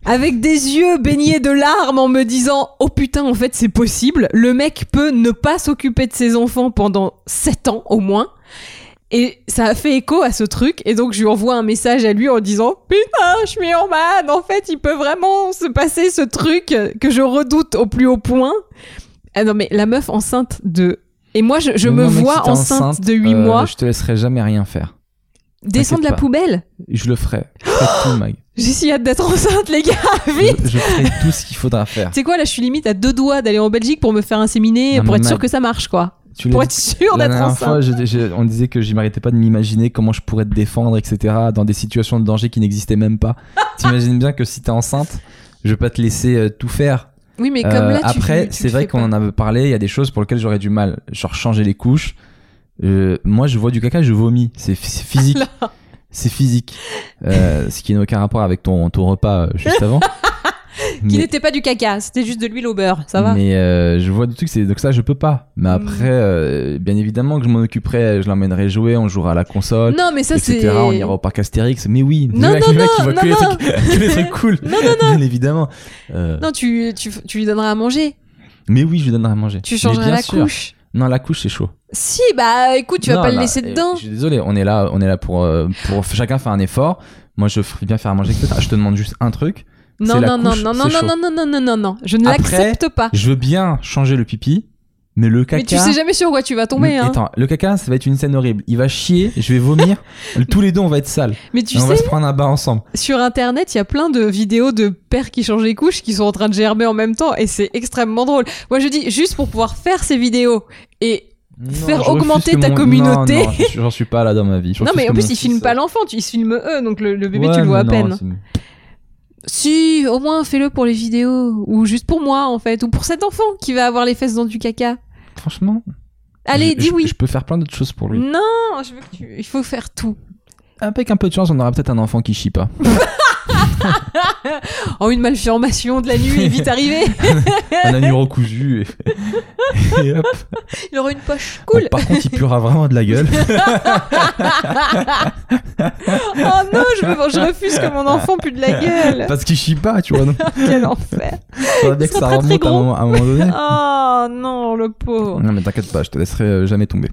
Speaker 2: avec des yeux baignés de larmes en me disant « Oh putain, en fait, c'est possible. Le mec peut ne pas s'occuper de ses enfants pendant 7 ans au moins. Et ça a fait écho à ce truc, et donc je lui envoie un message à lui en disant Putain, je suis en man, en fait, il peut vraiment se passer ce truc que je redoute au plus haut point. Ah non, mais la meuf enceinte de. Et moi, je, je
Speaker 1: Non,
Speaker 2: me
Speaker 1: mec, si
Speaker 2: vois
Speaker 1: t'es
Speaker 2: enceinte, de 8
Speaker 1: euh,
Speaker 2: mois
Speaker 1: Je te laisserai jamais rien faire.
Speaker 2: descendre la
Speaker 1: pas.
Speaker 2: poubelle.
Speaker 1: Je le ferai. Je ferai tout, Mag.
Speaker 2: J'ai si hâte d'être enceinte, les gars, vite
Speaker 1: Je, je ferai tout ce qu'il faudra faire.
Speaker 2: Tu sais quoi, là, je suis limite à deux doigts d'aller en Belgique pour me faire inséminer,
Speaker 1: Non,
Speaker 2: pour
Speaker 1: mais
Speaker 2: être sûr
Speaker 1: Mag-
Speaker 2: que ça marche, quoi.
Speaker 1: Tu l'as
Speaker 2: Pour
Speaker 1: dit
Speaker 2: être sûr
Speaker 1: La
Speaker 2: d'être
Speaker 1: dernière
Speaker 2: enceinte.
Speaker 1: fois, je- je- on disait que je m'arrêtais pas de m'imaginer comment je pourrais te défendre, etc. dans des situations de danger qui n'existaient même pas. T'imagines bien que si t'es enceinte, je vais pas te laisser euh, tout faire.
Speaker 2: Oui, mais comme
Speaker 1: Euh,
Speaker 2: là, tu
Speaker 1: après,
Speaker 2: tu le
Speaker 1: c'est vrai
Speaker 2: fais
Speaker 1: qu'on
Speaker 2: pas.
Speaker 1: en avait parlé, il y a des choses pour lesquelles j'aurais du mal. Genre changer les couches. Euh, moi, je vois du caca, je vomis. C'est phy- c'est physique. c'est physique. Euh, ce qui n'a aucun rapport avec ton, ton repas euh, juste avant.
Speaker 2: Qui
Speaker 1: Mais-
Speaker 2: n'était pas du caca, c'était juste de l'huile au beurre, ça va
Speaker 1: mais euh, je vois du truc, c'est donc ça je peux pas. Mais
Speaker 2: Mm.
Speaker 1: après, euh, bien évidemment que je m'en occuperai, je l'emmènerai jouer, on jouera à la console,
Speaker 2: Non, mais ça, c'est.
Speaker 1: etc. On ira au parc Astérix. Mais oui,
Speaker 2: Non,
Speaker 1: le mec,
Speaker 2: non,
Speaker 1: le mec, il
Speaker 2: non,
Speaker 1: voit que,
Speaker 2: non,
Speaker 1: les trucs, que les trucs cool.
Speaker 2: Non,
Speaker 1: Bien évidemment. Euh,
Speaker 2: Non, tu, tu, tu lui donneras à manger,
Speaker 1: mais oui, je lui donnerai à manger.
Speaker 2: tu
Speaker 1: Mais
Speaker 2: changeras
Speaker 1: bien
Speaker 2: la
Speaker 1: sûr.
Speaker 2: couche.
Speaker 1: Non, la couche c'est chaud.
Speaker 2: Si, bah écoute, tu vas
Speaker 1: Non,
Speaker 2: pas le
Speaker 1: là,
Speaker 2: laisser
Speaker 1: euh,
Speaker 2: dedans.
Speaker 1: Je suis désolé, on est là, on est là pour, euh, pour chacun faire un effort. Moi, je ferai bien faire à manger, etc. Je te demande juste un truc.
Speaker 2: Non,
Speaker 1: c'est la
Speaker 2: non, non,
Speaker 1: couche,
Speaker 2: non, non,
Speaker 1: c'est
Speaker 2: non,
Speaker 1: chaud.
Speaker 2: non, non, non, non, non, non, je ne
Speaker 1: Après,
Speaker 2: l'accepte pas.
Speaker 1: Je veux bien changer le pipi, mais le caca.
Speaker 2: Mais tu sais jamais sur quoi tu vas tomber,
Speaker 1: le,
Speaker 2: hein.
Speaker 1: Attends, le caca, ça va être une scène horrible. Il va chier, je vais vomir. tous les deux, on va être sales.
Speaker 2: Mais tu
Speaker 1: Et on va
Speaker 2: sais,
Speaker 1: se prendre un bain ensemble.
Speaker 2: sur internet, il y a plein de vidéos de pères qui changent les couches qui sont en train de germer en même temps et c'est extrêmement drôle. Moi, je dis juste pour pouvoir faire ces vidéos et Faire
Speaker 1: je refuse
Speaker 2: augmenter
Speaker 1: que
Speaker 2: ta communauté.
Speaker 1: Non, non, je- j'en suis pas là dans ma vie. Je
Speaker 2: non,
Speaker 1: refuse
Speaker 2: mais en
Speaker 1: que
Speaker 2: plus,
Speaker 1: mon
Speaker 2: ils
Speaker 1: fils-
Speaker 2: filment pas l'enfant, tu- ils filment eux, donc le, le bébé,
Speaker 1: Ouais,
Speaker 2: tu le vois à
Speaker 1: mais
Speaker 2: peine.
Speaker 1: non, c'est-
Speaker 2: Si, au moins, fais-le pour les vidéos ou juste pour moi, en fait, ou pour cet enfant qui va avoir les fesses dans du caca.
Speaker 1: Franchement.
Speaker 2: Allez,
Speaker 1: je-
Speaker 2: dis
Speaker 1: je-
Speaker 2: oui. Mm.
Speaker 1: Je peux faire plein d'autres choses pour lui.
Speaker 2: Non, je veux que tu... il faut faire tout.
Speaker 1: Avec un peu de chance, on aura peut-être un enfant qui chie pas.
Speaker 2: En Oh, une malformation de la nuit, vite arrivé.
Speaker 1: un anneau recousu et, et hop.
Speaker 2: Il aura une poche. Cool.
Speaker 1: Bon, par contre, il puera vraiment de la gueule.
Speaker 2: Oh non, je, veux- je refuse que mon enfant pue de la gueule.
Speaker 1: Parce qu'il chie pas, tu vois. Donc,
Speaker 2: Quel enfer.
Speaker 1: faudrait bien que
Speaker 2: sera
Speaker 1: ça
Speaker 2: très,
Speaker 1: remonte à un
Speaker 2: très gros.
Speaker 1: moment, à un moment donné.
Speaker 2: Oh non, le pauvre.
Speaker 1: Non, mais t'inquiète pas, je te laisserai euh, jamais tomber.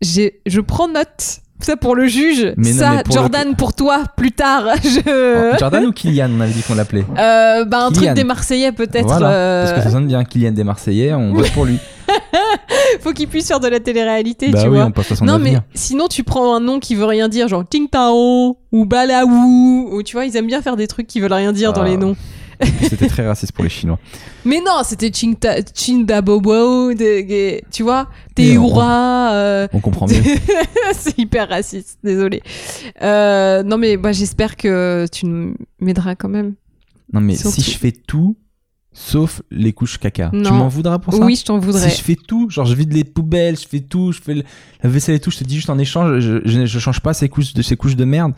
Speaker 2: J'ai- Je prends note. Ça pour le juge.
Speaker 1: Mais non,
Speaker 2: ça,
Speaker 1: mais pour le-
Speaker 2: Jordan, pour toi, plus tard. Je...
Speaker 1: Oh, Jordan ou Kylian, on avait dit qu'on l'appelait
Speaker 2: Euh, bah, un
Speaker 1: Kylian.
Speaker 2: truc des Marseillais peut-être.
Speaker 1: Voilà,
Speaker 2: euh,
Speaker 1: Parce que ça sonne bien, Kylian des Marseillais, on vote pour lui.
Speaker 2: Faut qu'il puisse faire de la télé-réalité,
Speaker 1: bah
Speaker 2: tu
Speaker 1: oui,
Speaker 2: vois.
Speaker 1: on pense à son
Speaker 2: Non, mais
Speaker 1: avenir.
Speaker 2: sinon, tu prends un nom qui veut rien dire, genre Ting Tao ou Balaou, ou tu vois, ils aiment bien faire des trucs qui veulent rien dire dans
Speaker 1: Ah.
Speaker 2: les noms.
Speaker 1: C'était très raciste pour les Chinois.
Speaker 2: Mais non, c'était Ching Ta- Chin Da Bo Bo, de- de- tu vois,
Speaker 1: Mais on-
Speaker 2: Tehura. euh,
Speaker 1: On comprend mieux.
Speaker 2: C'est hyper raciste, désolé. Euh, non, mais bah, j'espère que tu nous m'aideras quand même.
Speaker 1: Non, mais
Speaker 2: Surtout-
Speaker 1: si je fais tout, sauf les couches caca,
Speaker 2: Non.
Speaker 1: tu m'en voudras pour ça
Speaker 2: Oui, je t'en voudrais.
Speaker 1: Si je fais tout, genre je vide les poubelles, je fais tout, je fais le- la vaisselle et tout, je te dis juste en échange, je, je, je change pas ces couches de ces couches de merde.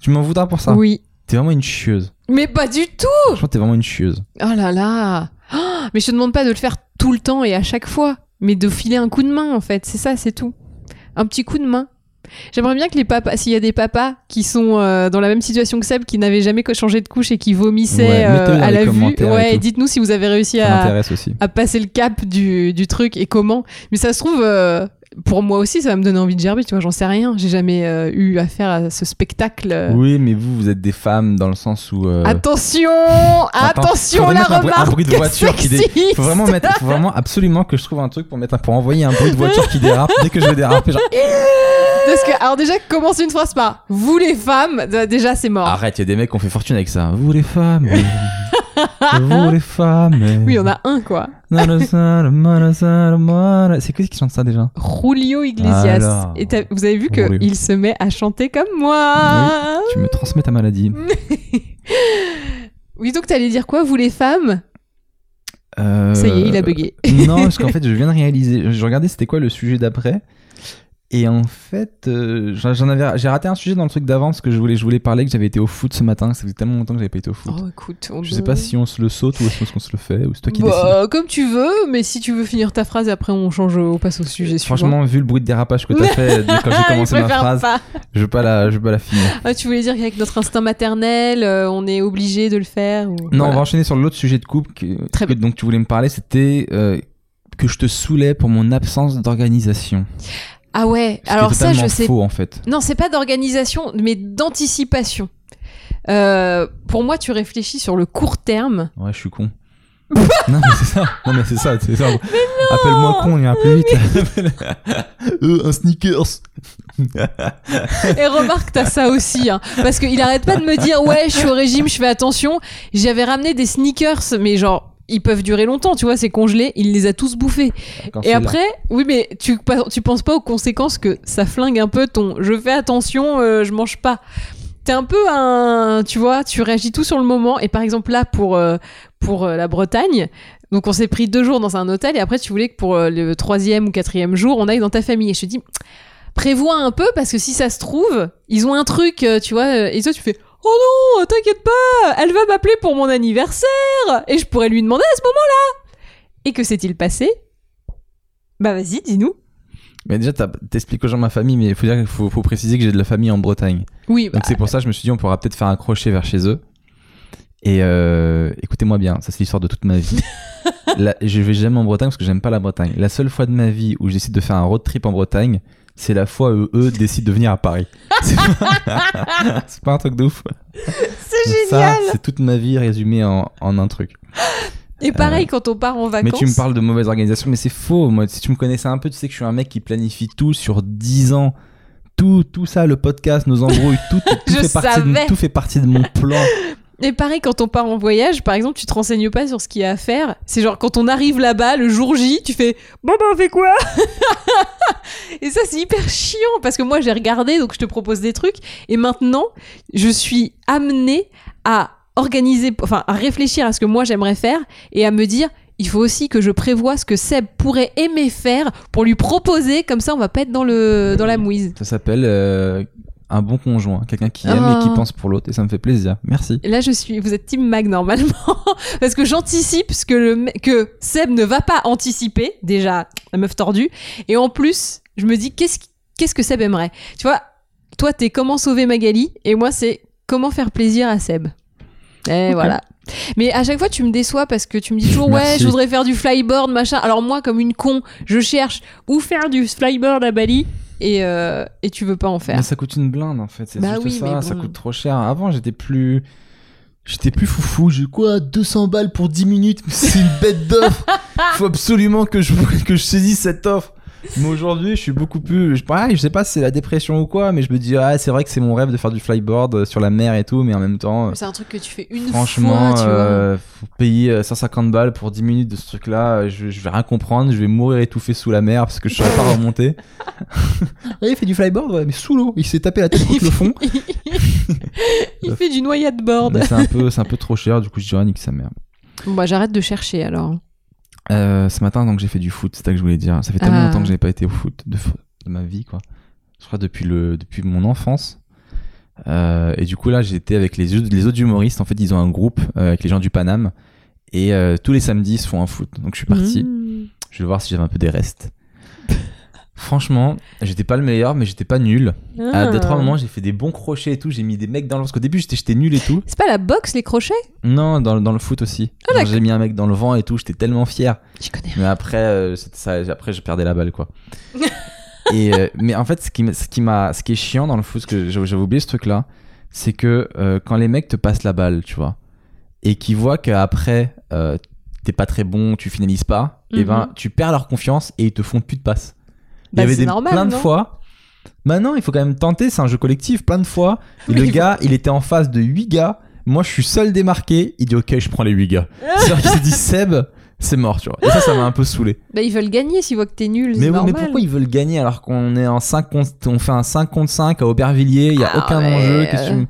Speaker 1: Tu m'en voudras pour ça.
Speaker 2: Oui.
Speaker 1: T'es vraiment une chieuse.
Speaker 2: Mais pas du tout
Speaker 1: Franchement, t'es vraiment une chieuse.
Speaker 2: Oh là là Ah, Mais je te demande pas de le faire tout le temps et à chaque fois, mais de filer un coup de main en fait, c'est ça, c'est tout. Un petit coup de main. J'aimerais bien que les papas, s'il y a des papas qui sont euh, dans la même situation que Seb, qui n'avaient jamais co- changé de couche et qui vomissaient
Speaker 1: Ouais, mettez-le
Speaker 2: euh,
Speaker 1: dans
Speaker 2: à
Speaker 1: les
Speaker 2: la vue,
Speaker 1: commentaires et
Speaker 2: ouais, et
Speaker 1: tout.
Speaker 2: dites-nous si vous avez réussi
Speaker 1: Ça
Speaker 2: à,
Speaker 1: m'intéresse aussi.
Speaker 2: à passer le cap du, du truc et comment. Mais ça se trouve, euh, pour moi aussi, ça va me donner envie de gerber, tu vois, j'en sais rien. J'ai jamais euh, eu affaire à ce spectacle. euh,
Speaker 1: Oui, mais vous, vous êtes des femmes dans le sens où. euh,
Speaker 2: Attention,
Speaker 1: Attends,
Speaker 2: attention
Speaker 1: faudrait
Speaker 2: la
Speaker 1: mettre un bruit- un
Speaker 2: remarque
Speaker 1: bruit de voiture qui dé-
Speaker 2: sexiste.
Speaker 1: Faut vraiment mettre, faut vraiment absolument que je trouve un truc pour mettre, un- pour envoyer un bruit de voiture qui dérape dès que je vais déraper. Genre,
Speaker 2: Parce que alors déjà commencer une phrase par vous les femmes, d- déjà c'est mort.
Speaker 1: arrête, il y a des mecs qui ont fait fortune avec ça. Vous les femmes, euh, vous les femmes. euh,
Speaker 2: Oui, on a un quoi.
Speaker 1: C'est qui qui chante ça déjà
Speaker 2: Julio Iglesias.
Speaker 1: Alors.
Speaker 2: Et t'as- vous avez vu
Speaker 1: Julio.
Speaker 2: que il se met à chanter comme moi.
Speaker 1: Tu me transmets ta maladie.
Speaker 2: Oui, donc t'allais dire quoi, vous les femmes
Speaker 1: Euh,
Speaker 2: Ça y est, il a bugué.
Speaker 1: non, parce qu'en fait, je viens de réaliser. Je regardais c'était quoi le sujet d'après. Et en fait, euh, j'en j'en avais, j'ai raté un sujet dans le truc d'avant parce que je voulais, je voulais parler que j'avais été au foot ce matin. Ça faisait tellement longtemps que j'avais pas été au foot.
Speaker 2: Oh, écoute, on
Speaker 1: je sais pas
Speaker 2: te-
Speaker 1: si on se le saute ou si on se le fait ou c'est toi qui
Speaker 2: Bah,
Speaker 1: décides.
Speaker 2: comme tu veux, mais si tu veux finir ta phrase, après on change, on passe au sujet suivant.
Speaker 1: Franchement, vu le bruit de dérapage que t'as fait dès- quand j'ai
Speaker 2: Ah, il
Speaker 1: commencé ma
Speaker 2: préfère
Speaker 1: phrase,
Speaker 2: pas.
Speaker 1: je veux pas la, je veux pas la finir.
Speaker 2: Ah, tu voulais dire qu'avec notre instinct maternel, euh, on est obligé de le faire ou...
Speaker 1: Non,
Speaker 2: Voilà.
Speaker 1: on va enchaîner sur l'autre sujet de couple que,
Speaker 2: Très
Speaker 1: que- donc tu voulais me parler. C'était euh, que je te saoulais pour mon absence d'organisation.
Speaker 2: Ah ouais,
Speaker 1: Ce qui est
Speaker 2: alors ça, je
Speaker 1: totalement
Speaker 2: sais.
Speaker 1: faux en fait.
Speaker 2: Non, c'est pas d'organisation, mais d'anticipation. Euh, pour moi, tu réfléchis sur le court terme.
Speaker 1: Ouais, je suis con. non mais c'est ça, non mais c'est ça, c'est ça. Appelle-moi con, on ira plus vite. Euh, un sneakers.
Speaker 2: Et remarque, t'as ça aussi, hein, parce qu'il arrête pas de me dire ouais, je suis au régime, je fais attention. J'avais ramené des sneakers, mais genre ils peuvent durer longtemps, tu vois, c'est congelé, il les a tous bouffés.
Speaker 1: Quand
Speaker 2: Et
Speaker 1: c'est là.
Speaker 2: après, oui, mais tu, pa- tu penses pas aux conséquences que ça flingue un peu ton je fais attention, euh, je mange pas. T'es un peu un. Tu vois, tu réagis tout sur le moment. Et par exemple, là, pour, euh, pour euh, la Bretagne, donc on s'est pris deux jours dans un hôtel et après, tu voulais que pour euh, le troisième ou quatrième jour, on aille dans ta famille. Et je te dis, prévois un peu parce que si ça se trouve, ils ont un truc, euh, tu vois. euh, Et toi, tu fais. Oh non, t'inquiète pas, elle va m'appeler pour mon anniversaire et je pourrais lui demander à ce moment-là. Et que s'est-il passé bah vas-y, dis-nous.
Speaker 1: Mais déjà, t'as- t'expliques aux gens de ma famille, mais il faut dire qu'il faut, faut préciser que j'ai de la famille en Bretagne.
Speaker 2: Oui,
Speaker 1: Donc c'est pour ça que je me suis dit on pourra peut-être faire un crochet vers chez eux. Et euh, écoutez-moi bien, ça c'est l'histoire de toute ma vie. Là, je vais jamais en Bretagne parce que j'aime pas la Bretagne. La seule fois de ma vie où je décide de faire un road trip en Bretagne, c'est la fois où eux décident de venir à Paris. C'est pas, c'est pas un truc de ouf.
Speaker 2: c'est
Speaker 1: Donc Ça, c'est toute ma vie résumée en, en un truc.
Speaker 2: Et pareil, quand on part en vacances.
Speaker 1: euh, Mais tu me parles de mauvaise organisation, mais c'est faux. Moi, si tu me connaissais un peu, tu sais que je suis un mec qui planifie tout sur 10 ans. Tout, tout ça, le podcast, nos embrouilles, tout, tout,
Speaker 2: Je
Speaker 1: fait partie de-
Speaker 2: savais.
Speaker 1: tout fait partie de mon plan.
Speaker 2: Et pareil, quand on part en voyage, par exemple, tu te renseignes pas sur ce qu'il y a à faire. C'est genre quand on arrive là-bas, le jour J, tu fais Bon ben on fait quoi Et ça, c'est hyper chiant parce que moi j'ai regardé, donc je te propose des trucs. Et maintenant, je suis amenée à organiser, enfin à réfléchir à ce que moi j'aimerais faire et à me dire. Il faut aussi que je prévoie ce que Seb pourrait aimer faire pour lui proposer, comme ça on va pas être dans, le, dans la mouise.
Speaker 1: Ça s'appelle euh, un bon conjoint, quelqu'un qui aime et qui
Speaker 2: Ah.
Speaker 1: pense pour l'autre, et ça me fait plaisir. Merci.
Speaker 2: Là, je suis, vous êtes Team Mag normalement, parce que j'anticipe ce que, le, me- que Seb ne va pas anticiper, déjà, la meuf tordue, et en plus, je me dis, qu'est-ce qui- qu'est-ce que Seb aimerait Tu vois, toi, t'es comment sauver Magali, et moi, c'est comment faire plaisir à Seb. Et voilà. Mais à chaque fois, tu me déçois parce que tu me dis toujours, ouais,
Speaker 1: Merci.
Speaker 2: je voudrais faire du flyboard, machin. Alors moi, comme une con, je cherche où faire du flyboard à Bali, et, euh, et tu veux pas en faire.
Speaker 1: Mais ça coûte une blinde en fait, c'est
Speaker 2: Bah
Speaker 1: juste
Speaker 2: oui,
Speaker 1: ça,
Speaker 2: mais
Speaker 1: ça
Speaker 2: bon.
Speaker 1: coûte trop cher. Avant, j'étais plus. J'étais plus foufou, j'ai quoi 200 balles pour 10 minutes Mais C'est une bête d'offre Faut absolument que je, que je saisisse cette offre Mais aujourd'hui, je suis beaucoup plus. je- Pareil, je sais pas si c'est la dépression ou quoi, mais je me dis, ah, c'est vrai que c'est mon rêve de faire du flyboard euh, sur la mer et tout, mais en même temps, euh,
Speaker 2: C'est un truc que tu fais une
Speaker 1: Franchement,
Speaker 2: fois, tu vois.
Speaker 1: euh, faut payer euh, 150 balles pour 10 minutes de ce truc-là, euh, je, je vais rien comprendre, je vais mourir étouffé sous la mer parce que je saurais pas remonter. Ouais, il fait du flyboard, ouais, mais sous l'eau, il s'est tapé la tête contre le fond.
Speaker 2: Il fait du noyade board.
Speaker 1: Mais c'est un peu, c'est un peu trop cher, du coup je dirais nique sa mère.
Speaker 2: Bon, bah, j'arrête de chercher alors.
Speaker 1: Euh, ce matin, donc j'ai fait du foot, c'est ça que je voulais dire. Ça fait tellement
Speaker 2: Ah.
Speaker 1: longtemps que j'avais pas été au foot de, f- de ma vie, quoi. Je crois depuis le, depuis mon enfance. Euh, et du coup là, j'étais avec les, autres- les autres humoristes. En fait, ils ont un groupe euh, avec les gens du Paname. Et euh, tous les samedis, ils se font un foot. Donc je suis parti.
Speaker 2: Mmh.
Speaker 1: Je vais voir si j'avais un peu des restes. Franchement, j'étais pas le meilleur, mais j'étais pas nul. À
Speaker 2: Ah.
Speaker 1: deux trois moments, j'ai fait des bons crochets et tout. J'ai mis des mecs dans le vent. Parce qu'au début, j'étais j'étais nul et tout.
Speaker 2: C'est pas la boxe, les crochets
Speaker 1: Non, dans, le- dans le foot aussi. Genre,
Speaker 2: Ah, d'accord.
Speaker 1: j'ai mis un mec dans le vent et tout. J'étais tellement fier.
Speaker 2: J'y connais
Speaker 1: Mais après, euh, c'était ça, après, je perdais la balle, quoi. et euh, mais en fait, ce qui, m- ce qui m'a, ce qui est chiant dans le foot, ce que j'avais j'avais oublié ce truc-là, c'est que euh, quand les mecs te passent la balle, tu vois, et qu'ils voient qu'après euh, t'es pas très bon, tu finalises pas, et ben
Speaker 2: Mhm.
Speaker 1: tu perds leur confiance et ils te font plus de passes. Il
Speaker 2: Bah,
Speaker 1: y avait
Speaker 2: c'est
Speaker 1: des,
Speaker 2: normal,
Speaker 1: plein de
Speaker 2: non
Speaker 1: fois. Maintenant, il faut quand même tenter, c'est un jeu collectif, plein de fois.
Speaker 2: Oui,
Speaker 1: le
Speaker 2: il faut-
Speaker 1: gars, il était en face de 8 gars. Moi, je suis seul démarqué. Il dit Ok, je prends les 8 gars.
Speaker 2: Ah.
Speaker 1: C'est-à-dire qu'il s'est dit Seb, c'est mort, tu vois. Et ça, ça m'a un peu saoulé.
Speaker 2: Bah, ils veulent gagner s'ils voient que t'es nul.
Speaker 1: Mais,
Speaker 2: c'est
Speaker 1: oui, mais
Speaker 2: normal.
Speaker 1: pourquoi ils veulent gagner alors qu'on est en 5 contre, on fait un 5 contre 5 à Aubervilliers, il y a
Speaker 2: Ah,
Speaker 1: aucun
Speaker 2: mais,
Speaker 1: enjeu.
Speaker 2: euh,
Speaker 1: qu'est-ce que tu me-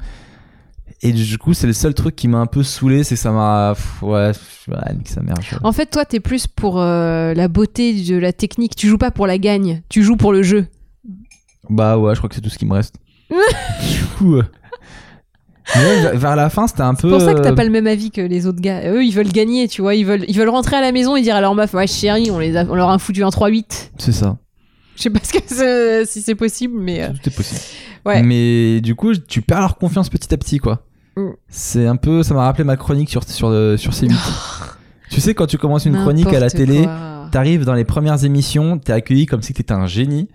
Speaker 1: Et du coup, c'est le seul truc qui m'a un peu saoulé, c'est que ça m'a. pff, Ouais, pff, ouais, nique sa mère. je-
Speaker 2: En fait, toi, t'es plus pour euh, la beauté de la technique. Tu joues pas pour la gagne, tu joues pour le jeu.
Speaker 1: Bah ouais, je crois que c'est tout ce qui me reste. du coup. euh, mais ouais, vers- vers la fin, c'était un peu.
Speaker 2: C'est pour ça que t'as
Speaker 1: euh,
Speaker 2: pas le même avis que les autres gars. Eux, ils veulent gagner, tu vois. Ils veulent, ils veulent rentrer à la maison et dire à leur meuf Ouais, chérie, on, les a- on leur a foutu un 3-8.
Speaker 1: C'est ça.
Speaker 2: Je sais pas ce que c'est- si c'est possible, mais. euh,
Speaker 1: Tout est possible.
Speaker 2: Ouais.
Speaker 1: Mais du coup, tu perds leur confiance petit à petit, quoi.
Speaker 2: Mm.
Speaker 1: C'est un peu. Ça m'a rappelé ma chronique sur, sur, euh, sur C8. tu sais, quand tu commences une chronique à la
Speaker 2: n'importe
Speaker 1: télé,
Speaker 2: quoi.
Speaker 1: t'arrives dans les premières émissions, t'es accueilli comme si t'étais un génie.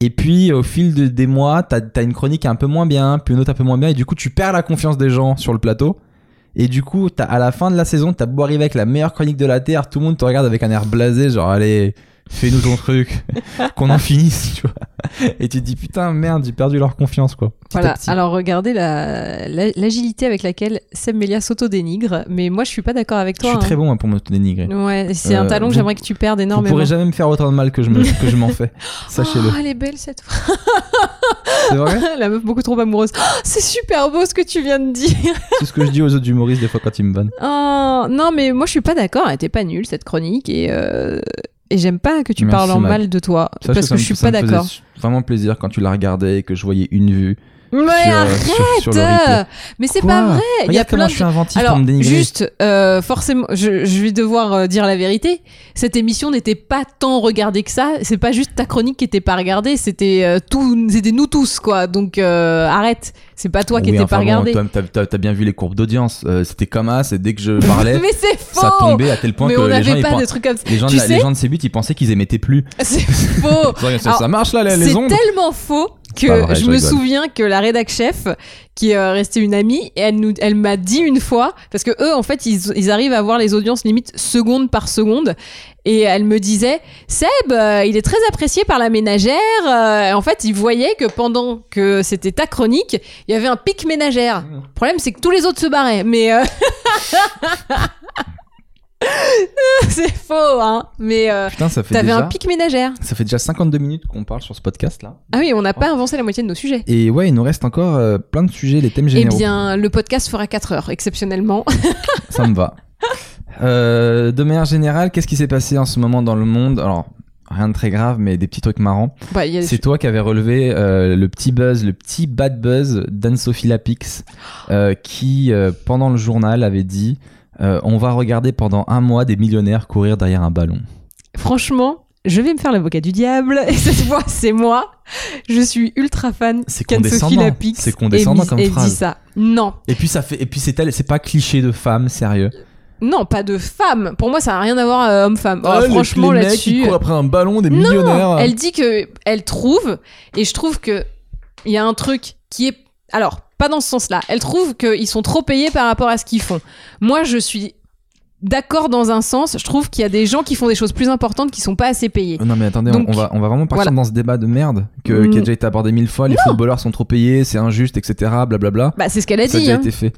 Speaker 1: Et puis, au fil de- des mois, t'as as une chronique un peu moins bien, puis une autre un peu moins bien, et du coup, tu perds la confiance des gens sur le plateau. Et du coup, t'as- à la fin de la saison, t'as beau arriver avec la meilleure chronique de la Terre, tout le monde te regarde avec un air blasé, genre, allez, fais-nous ton truc, qu'on en finisse, tu vois. Et tu te dis, putain, merde, j'ai perdu leur confiance, quoi. petit à
Speaker 2: Voilà,
Speaker 1: petit.
Speaker 2: alors regardez la- la- l'agilité avec laquelle Sam Melia s'auto-dénigre, mais moi je suis pas d'accord avec
Speaker 1: Je
Speaker 2: toi.
Speaker 1: suis très
Speaker 2: hein.
Speaker 1: bon hein, pour me dénigrer.
Speaker 2: Ouais, c'est un
Speaker 1: Euh,
Speaker 2: talent que
Speaker 1: vous-
Speaker 2: j'aimerais que tu perdes
Speaker 1: Vous
Speaker 2: énormément.
Speaker 1: pourrez jamais me faire autant de mal que je me- que je m'en fais. Sachez-le.
Speaker 2: Oh, elle est belle cette fois.
Speaker 1: C'est vrai
Speaker 2: La meuf beaucoup trop amoureuse. Oh, c'est super beau ce que tu viens de dire.
Speaker 1: C'est ce que je dis aux autres humoristes des fois quand ils me bannent.
Speaker 2: Oh, non, mais moi je suis pas d'accord. Elle était pas nulle cette chronique et, euh, et j'aime pas que tu
Speaker 1: Merci,
Speaker 2: parles en
Speaker 1: Mac.
Speaker 2: mal de toi
Speaker 1: Sache
Speaker 2: parce
Speaker 1: ça
Speaker 2: que,
Speaker 1: me-
Speaker 2: je suis
Speaker 1: ça
Speaker 2: pas
Speaker 1: me faisait
Speaker 2: d'accord.
Speaker 1: vraiment plaisir quand tu la regardais et que je voyais une vue.
Speaker 2: Mais
Speaker 1: sur, euh,
Speaker 2: arrête
Speaker 1: sur- sur le replay.
Speaker 2: Mais c'est
Speaker 1: Quoi
Speaker 2: pas vrai. Il y a
Speaker 1: Regarde comment
Speaker 2: plein de
Speaker 1: je suis inventif
Speaker 2: Alors,
Speaker 1: pour me dénigrer.
Speaker 2: juste, euh, forcément, je, je vais devoir euh, dire la vérité. Cette émission n'était pas tant regardée que ça. C'est pas juste ta chronique qui était pas regardée. C'était euh, tout, c'était nous tous, quoi. Donc euh, arrête. C'est pas toi qui
Speaker 1: Oui,
Speaker 2: n'étais
Speaker 1: enfin
Speaker 2: pas
Speaker 1: bon,
Speaker 2: regardé.
Speaker 1: toi, t'as- T'as t'as bien vu les courbes d'audience. Euh, C'était comme as et dès que je parlais,
Speaker 2: Mais c'est faux.
Speaker 1: ça tombait à tel point
Speaker 2: Mais
Speaker 1: que
Speaker 2: on
Speaker 1: les gens,
Speaker 2: n'avait
Speaker 1: ils
Speaker 2: pas
Speaker 1: pen-
Speaker 2: de trucs comme ça.
Speaker 1: les gens, de
Speaker 2: Tu
Speaker 1: la- les
Speaker 2: sais-
Speaker 1: gens de C8 ils pensaient qu'ils émettaient plus.
Speaker 2: C'est faux.
Speaker 1: Ça, ça-
Speaker 2: Alors,
Speaker 1: ça marche là les, les
Speaker 2: C'est
Speaker 1: ondes.
Speaker 2: tellement faux que
Speaker 1: pas vrai,
Speaker 2: je,
Speaker 1: je
Speaker 2: me
Speaker 1: rigole.
Speaker 2: souviens que la rédac chef, qui est euh, restée une amie, et elle, nous, elle m'a dit une fois, parce que eux, en fait, ils, ils arrivent à voir les audiences limite seconde par seconde, et elle me disait, Seb, euh, il est très apprécié par la ménagère. euh, en fait, il voyait que pendant que c'était ta chronique, il y avait un pic ménagère.
Speaker 1: Mmh.
Speaker 2: Le problème, c'est que tous les autres se barraient, mais. euh, c'est faux, hein, mais. euh,
Speaker 1: Putain, ça fait
Speaker 2: T'avais un
Speaker 1: déjà
Speaker 2: pic ménagère.
Speaker 1: ça fait déjà 52 minutes qu'on parle sur ce podcast là.
Speaker 2: Ah oui, on n'a
Speaker 1: Oh.
Speaker 2: pas avancé la moitié de nos sujets.
Speaker 1: Et ouais, il nous reste encore euh, plein de sujets, les thèmes généraux.
Speaker 2: Eh bien, le podcast fera 4 heures, exceptionnellement.
Speaker 1: ça me va. Euh, de manière générale, qu'est-ce qui s'est passé en ce moment dans le monde Alors, rien de très grave, mais des petits trucs marrants.
Speaker 2: bah, il y a des
Speaker 1: C'est toi qui avais relevé euh, le petit buzz, le petit bad buzz d'Anne-Sophie Lapix, euh, qui, euh, pendant le journal, avait dit euh, On va regarder pendant un mois des millionnaires courir derrière un ballon.
Speaker 2: Franchement, je vais me faire l'avocat du diable. Et cette fois, c'est moi. Je suis ultra fan.
Speaker 1: C'est
Speaker 2: qu'Anne-Sophie
Speaker 1: condescendant.
Speaker 2: Lapix
Speaker 1: C'est condescendant
Speaker 2: ait mis-
Speaker 1: comme
Speaker 2: ait
Speaker 1: phrase.
Speaker 2: dit ça. Non,
Speaker 1: Et puis, ça fait, et puis c'est tel- c'est pas cliché de femme, sérieux.
Speaker 2: non, pas de femme. Pour moi, ça n'a rien à voir euh, homme-femme. Oh, franchement,
Speaker 1: Ah, les mecs qui
Speaker 2: là-dessus. euh,
Speaker 1: courent après un ballon, des
Speaker 2: Non,
Speaker 1: millionnaires.
Speaker 2: Elle dit que elle trouve, et je trouve que il y a un truc qui est, alors pas dans ce sens-là. Elle trouve qu'ils sont trop payés par rapport à ce qu'ils font. Moi, je suis d'accord dans un sens. Je trouve qu'il y a des gens qui font des choses plus importantes qui sont pas assez payés.
Speaker 1: Non mais attendez, on-
Speaker 2: Donc,
Speaker 1: on, va, on va vraiment partir
Speaker 2: voilà.
Speaker 1: dans ce débat de merde que,
Speaker 2: Mm.
Speaker 1: qui a déjà été abordé mille fois. Les footballeurs sont trop payés, c'est injuste, etc. Blablabla.
Speaker 2: Bah, c'est ce qu'elle a
Speaker 1: Ça a
Speaker 2: dit.
Speaker 1: déjà
Speaker 2: hein.
Speaker 1: été fait.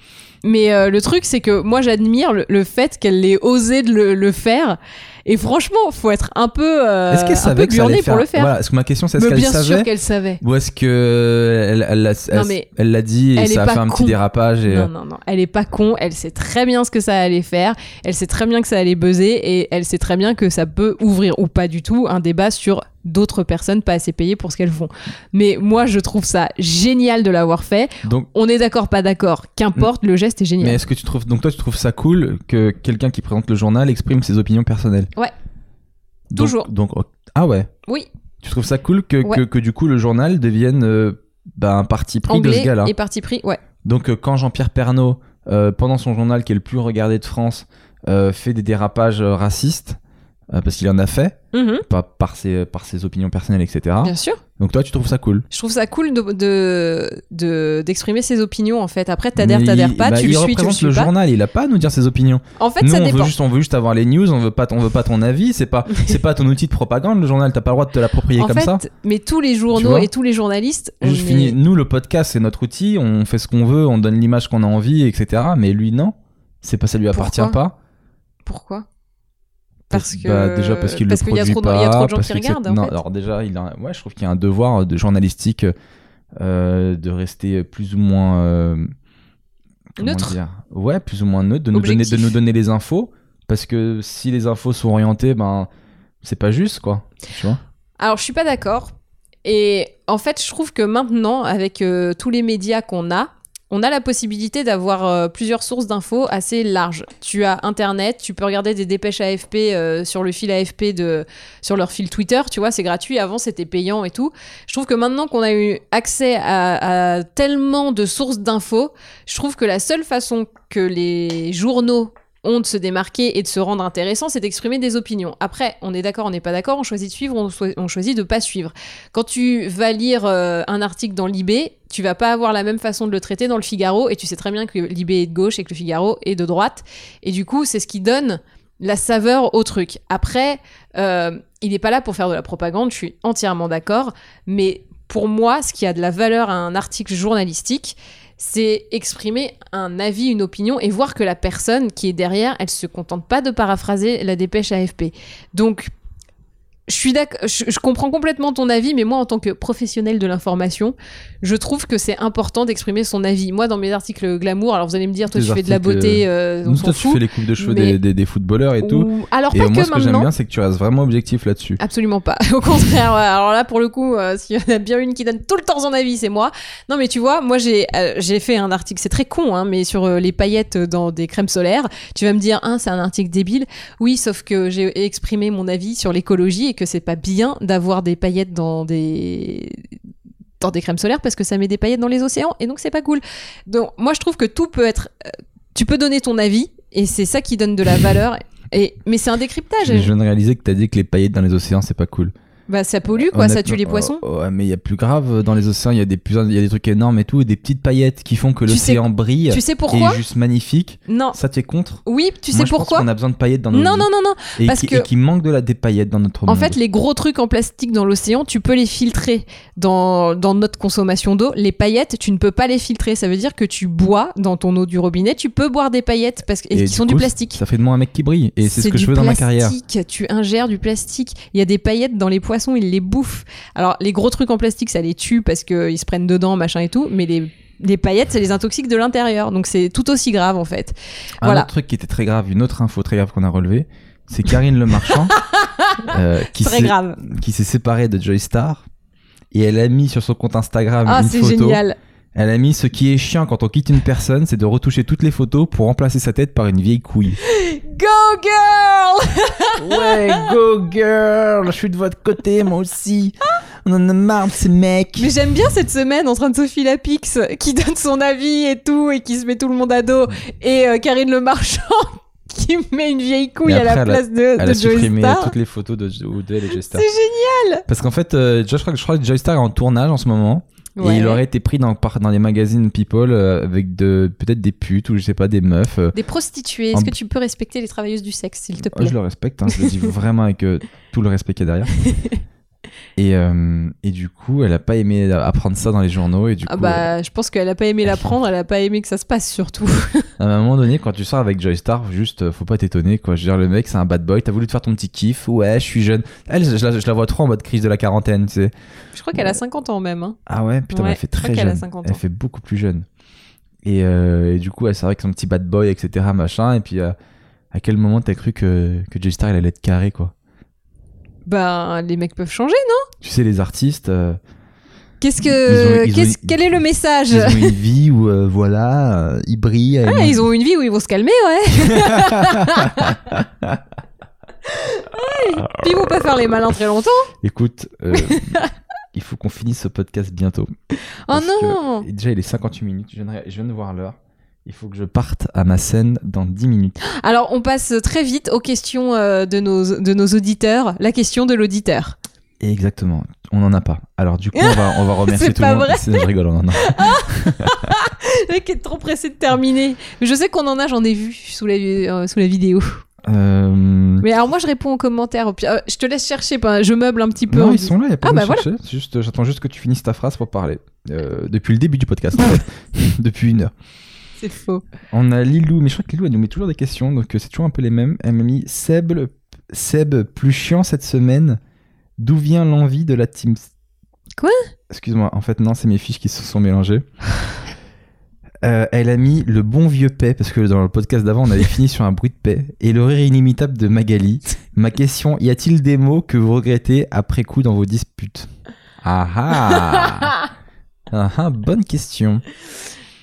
Speaker 2: Mais euh, le truc, c'est que moi, j'admire le, le fait qu'elle ait osé de le, le faire. Et franchement, faut être un peu, euh,
Speaker 1: Est-ce qu'elle
Speaker 2: un peu
Speaker 1: savait que ça allait
Speaker 2: burné
Speaker 1: faire
Speaker 2: pour le faire.
Speaker 1: Voilà, est-ce que ma question c'est est-ce
Speaker 2: Mais
Speaker 1: qu'elle
Speaker 2: bien sûr
Speaker 1: savait
Speaker 2: qu'elle savait.
Speaker 1: ou est-ce que elle elle l'a
Speaker 2: Non,
Speaker 1: elle-
Speaker 2: mais
Speaker 1: elle l'a dit et
Speaker 2: elle est
Speaker 1: ça a
Speaker 2: pas
Speaker 1: fait un
Speaker 2: con.
Speaker 1: petit dérapage et euh,
Speaker 2: Non, non, non. Elle est pas con. Elle sait très bien ce que ça allait faire. Elle sait très bien que ça allait buzzer. Et elle sait très bien que ça peut ouvrir ou pas du tout un débat sur d'autres personnes pas assez payées pour ce qu'elles font. Mais moi, je trouve ça génial de l'avoir fait.
Speaker 1: donc
Speaker 2: On est d'accord, pas d'accord. Qu'importe, le geste
Speaker 1: Mm.
Speaker 2: est
Speaker 1: mais
Speaker 2: génial.
Speaker 1: est-ce que tu trouves donc toi tu trouves ça cool que quelqu'un qui présente le journal exprime ses opinions personnelles
Speaker 2: Ouais.
Speaker 1: Donc-
Speaker 2: Toujours.
Speaker 1: Donc oh, ah ouais.
Speaker 2: Oui,
Speaker 1: Tu trouves ça cool que,
Speaker 2: Ouais.
Speaker 1: que, que du coup le journal devienne euh, bah, un parti pris de
Speaker 2: anglais
Speaker 1: ce gars-là.
Speaker 2: et parti pris. Ouais.
Speaker 1: Donc euh, quand Jean-Pierre Pernaud, euh, pendant son journal qui est le plus regardé de France, euh, fait des dérapages euh, racistes, euh, parce qu'il en a fait,
Speaker 2: Mhm,
Speaker 1: pas par ses, euh, par ses opinions personnelles, etc.
Speaker 2: Bien sûr.
Speaker 1: Donc toi, tu trouves ça cool
Speaker 2: Je trouve ça cool de- de de- d'exprimer ses opinions en fait. Après, t'adhères,
Speaker 1: Mais
Speaker 2: t'adhères
Speaker 1: il-
Speaker 2: pas,
Speaker 1: bah,
Speaker 2: tu
Speaker 1: il
Speaker 2: le suis, tu le
Speaker 1: représente
Speaker 2: suis
Speaker 1: le
Speaker 2: pas.
Speaker 1: journal, il a pas à nous dire ses opinions.
Speaker 2: En fait,
Speaker 1: nous,
Speaker 2: ça
Speaker 1: on veut
Speaker 2: dépend.
Speaker 1: juste, on veut juste avoir les news, on veut pas, on veut pas ton avis, c'est pas, c'est pas ton outil de propagande. Le journal, t'as pas le droit de te l'approprier
Speaker 2: En
Speaker 1: comme
Speaker 2: fait,
Speaker 1: ça.
Speaker 2: mais tous les journaux
Speaker 1: vois
Speaker 2: et tous les journalistes. on
Speaker 1: Juste
Speaker 2: est-
Speaker 1: fini. Nous, le podcast, c'est notre outil. On fait ce qu'on veut, on donne l'image qu'on a envie, etc. Mais lui, non. C'est pas, ça lui appartient
Speaker 2: Pourquoi
Speaker 1: pas.
Speaker 2: Pourquoi Parce que
Speaker 1: Bah, déjà parce qu'il le
Speaker 2: parce qu'il y a
Speaker 1: produit
Speaker 2: trop de-
Speaker 1: pas,
Speaker 2: il y a trop de gens
Speaker 1: parce
Speaker 2: qui
Speaker 1: que c'est-
Speaker 2: regardent. en
Speaker 1: non,
Speaker 2: fait.
Speaker 1: alors déjà, il a- ouais, je trouve qu'il y a un devoir de journalistique euh, de rester plus ou moins euh, comment
Speaker 2: Neutre.
Speaker 1: dire ouais, plus ou moins neutre, de nous donner,
Speaker 2: Objectif.
Speaker 1: de nous donner les infos, parce que si les infos sont orientées, ben c'est pas juste quoi. Tu vois
Speaker 2: Alors je suis pas d'accord. Et en fait, je trouve que maintenant, avec euh, tous les médias qu'on a, on a la possibilité d'avoir euh, plusieurs sources d'infos assez larges. Tu as Internet, tu peux regarder des dépêches AFP euh, sur le fil AFP de sur leur fil Twitter, tu vois, c'est gratuit. Avant, c'était payant et tout. Je trouve que maintenant qu'on a eu accès à, à tellement de sources d'infos, je trouve que la seule façon que les journaux ont de se démarquer et de se rendre intéressant, c'est d'exprimer des opinions. Après, on est d'accord, on n'est pas d'accord, on choisit de suivre, on, soi- on choisit de pas suivre. Quand tu vas lire euh, un article dans l'IB, tu vas pas avoir la même façon de le traiter dans le Figaro, et tu sais très bien que l'IB est de gauche et que le Figaro est de droite, et du coup, c'est ce qui donne la saveur au truc. Après, euh, il n'est pas là pour faire de la propagande, je suis entièrement d'accord, mais pour moi, ce qui a de la valeur à un article journalistique, c'est exprimer un avis, une opinion et voir que la personne qui est derrière, elle se contente pas de paraphraser la dépêche AFP. Donc, je suis d'accord, je, je comprends complètement ton avis, mais moi, en tant que professionnel de l'information, je trouve que c'est important d'exprimer son avis. Moi, dans mes articles glamour, alors vous allez me dire, toi,
Speaker 1: Tes
Speaker 2: tu fais de la
Speaker 1: articles,
Speaker 2: beauté, euh, on
Speaker 1: Nous,
Speaker 2: s'en
Speaker 1: toi, tu
Speaker 2: fout.
Speaker 1: fais les coupes de cheveux
Speaker 2: mais-
Speaker 1: des, des, des footballeurs et tout.
Speaker 2: Ou- Alors,
Speaker 1: Et
Speaker 2: pas
Speaker 1: moi,
Speaker 2: que
Speaker 1: ce que j'aime
Speaker 2: maintenant.
Speaker 1: bien, c'est que tu restes vraiment objectif là-dessus.
Speaker 2: Absolument pas. Au contraire, ouais. alors là, pour le coup, euh, s'il y en a bien une qui donne tout le temps son avis, c'est moi. Non, mais tu vois, moi, j'ai euh, j'ai fait un article, c'est très con, hein, mais sur euh, les paillettes dans des crèmes solaires. Tu vas me dire, un, c'est un article débile. Oui, sauf que j'ai exprimé mon avis sur l'écologie et que c'est pas bien d'avoir des paillettes dans des dans des crèmes solaires parce que ça met des paillettes dans les océans et donc c'est pas cool. Donc moi je trouve que tout peut être euh, tu peux donner ton avis et c'est ça qui donne de la valeur et mais c'est un décryptage.
Speaker 1: Je viens de réaliser que t'as dit que les paillettes dans les océans, c'est pas cool.
Speaker 2: Bah ça pollue quoi, ça tue les
Speaker 1: Honnêtement,
Speaker 2: poissons.
Speaker 1: oh, ouais, mais il y a plus grave dans les océans. Il y a des plus- il y a des trucs énormes et tout, et des petites paillettes qui font que
Speaker 2: Tu sais-
Speaker 1: l'océan brille.
Speaker 2: Tu
Speaker 1: euh,
Speaker 2: sais
Speaker 1: et
Speaker 2: pourquoi
Speaker 1: est juste magnifique.
Speaker 2: Non.
Speaker 1: Ça t'es contre
Speaker 2: Oui, tu sais
Speaker 1: Moi, je pense
Speaker 2: pourquoi
Speaker 1: qu'on a besoin de paillettes dans nos
Speaker 2: Non
Speaker 1: vies.
Speaker 2: non non non.
Speaker 1: et
Speaker 2: parce
Speaker 1: qui,
Speaker 2: que-
Speaker 1: et qui manque de la des paillettes dans notre
Speaker 2: En
Speaker 1: monde.
Speaker 2: fait, les gros trucs en plastique dans l'océan, tu peux les filtrer dans, dans notre consommation d'eau. Les paillettes, tu ne peux pas les filtrer. Ça veut dire que tu bois dans ton eau du robinet, tu peux boire des paillettes parce que, et qui sont du
Speaker 1: coup,
Speaker 2: plastique.
Speaker 1: Ça fait de moi un mec qui brille. Et c'est ce que
Speaker 2: du
Speaker 1: je veux dans ma carrière.
Speaker 2: plastique. Tu ingères du plastique. Il y a des paillettes dans les poissons, ils les bouffent. Alors, les gros trucs en plastique, ça les tue parce qu'ils se prennent dedans, machin et tout. Mais les, les paillettes, ça les intoxique de l'intérieur. Donc, c'est tout aussi grave, en fait.
Speaker 1: Un
Speaker 2: Voilà.
Speaker 1: autre truc qui était très grave, une autre info très grave qu'on a relevée, c'est Karine Le Marchand euh, qui
Speaker 2: Très
Speaker 1: s'est-
Speaker 2: grave.
Speaker 1: qui s'est séparée de Joy Star. Et elle a mis sur son compte Instagram
Speaker 2: Ah,
Speaker 1: une
Speaker 2: c'est
Speaker 1: photo.
Speaker 2: génial.
Speaker 1: Elle a mis ce qui est chiant quand on quitte une personne, c'est de retoucher toutes les photos pour remplacer sa tête par une vieille couille.
Speaker 2: Go girl!
Speaker 1: Ouais, go girl, je suis de votre côté, moi aussi. On en a marre de ces mecs.
Speaker 2: Mais j'aime bien cette semaine en train de Sophie Lapix qui donne son avis et tout et qui se met tout le monde à dos et euh, Karine Le Marchand qui met une vieille couille
Speaker 1: Et
Speaker 2: à
Speaker 1: après,
Speaker 2: la
Speaker 1: elle a-
Speaker 2: place de,
Speaker 1: Elle
Speaker 2: de
Speaker 1: a
Speaker 2: Joey
Speaker 1: supprimé
Speaker 2: Star.
Speaker 1: toutes les photos de Odell et
Speaker 2: C'est
Speaker 1: Joystar.
Speaker 2: génial!
Speaker 1: Parce qu'en fait, euh, je, crois, que- je crois que Joystar est en tournage en ce moment.
Speaker 2: Ouais.
Speaker 1: Et il aurait été pris dans, par, dans les magazines People euh, avec de, peut-être des putes ou je sais pas, des meufs. euh.
Speaker 2: Des prostituées,
Speaker 1: En-
Speaker 2: est-ce que tu peux respecter les travailleuses du sexe, s'il te
Speaker 1: Oh,
Speaker 2: plaît
Speaker 1: je le respecte, hein, je le dis vraiment avec euh, tout le respect qu'il y a derrière. Et, euh, et du coup, elle a pas aimé apprendre ça dans les journaux. Et du
Speaker 2: Ah
Speaker 1: coup, euh,
Speaker 2: bah, je pense qu'elle a pas aimé la prendre, elle a pas aimé que ça se passe surtout.
Speaker 1: À un moment donné, quand tu sors avec Joystar, juste, euh, faut pas t'étonner, quoi. Je veux dire, le mec, c'est un bad boy, t'as voulu te faire ton petit kiff, ouais, je suis jeune. Elle, je, je la, je la vois trop en mode crise de la quarantaine, tu sais.
Speaker 2: Je crois qu'elle a 50 ans même. hein.
Speaker 1: Ah ouais, putain,
Speaker 2: Ouais,
Speaker 1: mais elle fait
Speaker 2: je crois
Speaker 1: très
Speaker 2: qu'elle a
Speaker 1: jeune.
Speaker 2: 50 ans.
Speaker 1: Elle fait beaucoup plus jeune. Et, euh, et du coup, elle sort avec son petit bad boy, etc., machin. Et puis, euh, à quel moment t'as cru que, que Joystar, il allait être carré, quoi
Speaker 2: Ben, les mecs peuvent changer,
Speaker 1: Tu sais, les artistes, euh,
Speaker 2: non Qu'est-ce
Speaker 1: Ils ont-
Speaker 2: que.
Speaker 1: ils ont
Speaker 2: qu'est-ce-
Speaker 1: une-
Speaker 2: Quel est le message
Speaker 1: ils ont une vie où, euh, voilà, euh, ils brillent.
Speaker 2: Ah, ils ont une vie où ils vont se calmer, ouais. Ouais, Puis ils vont pas faire les malins très longtemps. Oh
Speaker 1: Écoute, euh, il faut qu'on finisse ce podcast bientôt.
Speaker 2: Oh
Speaker 1: Parce
Speaker 2: non
Speaker 1: Et déjà, il est 58 minutes. Je viens de, je viens de voir l'heure. Il faut que je parte à ma scène dans 10 minutes.
Speaker 2: Alors on passe très vite aux questions euh, de, nos, de nos auditeurs. La question de l'auditeur.
Speaker 1: Et exactement. On n'en a pas. Alors, du coup, on va, on va remercier
Speaker 2: C'est
Speaker 1: tout le
Speaker 2: pas
Speaker 1: monde.
Speaker 2: vrai.
Speaker 1: C'est- Je rigole, on en a.
Speaker 2: Le mec est trop pressé de terminer. Mais je sais qu'on en a, j'en ai vu sous la, euh, sous la vidéo.
Speaker 1: Euh,
Speaker 2: Mais alors moi je réponds aux commentaires. au pire. Euh, je te laisse chercher, ben, je meuble un petit peu.
Speaker 1: Non,
Speaker 2: en
Speaker 1: ils
Speaker 2: dis-
Speaker 1: sont là. Il y a pas
Speaker 2: Ah,
Speaker 1: besoin
Speaker 2: bah
Speaker 1: de chercher. C'est juste, j'attends juste que tu finisses ta phrase pour parler. Euh, depuis le début du podcast, en fait. depuis une heure.
Speaker 2: C'est faux.
Speaker 1: On a Lilou, mais je crois que Lilou, elle nous met toujours des questions, donc euh, c'est toujours un peu les mêmes. Elle m'a mis Seb, le- Seb, plus chiant cette semaine, d'où vient l'envie de la team
Speaker 2: Quoi
Speaker 1: Excuse-moi, en fait, non, c'est mes fiches qui se sont mélangées. Euh, elle a mis le bon vieux paix, parce que dans le podcast d'avant, on avait fini sur un bruit de paix, et le rire inimitable de Magali. Ma question, y a-t-il des mots que vous regrettez après coup dans vos disputes Ah ah Ah ah, bonne question.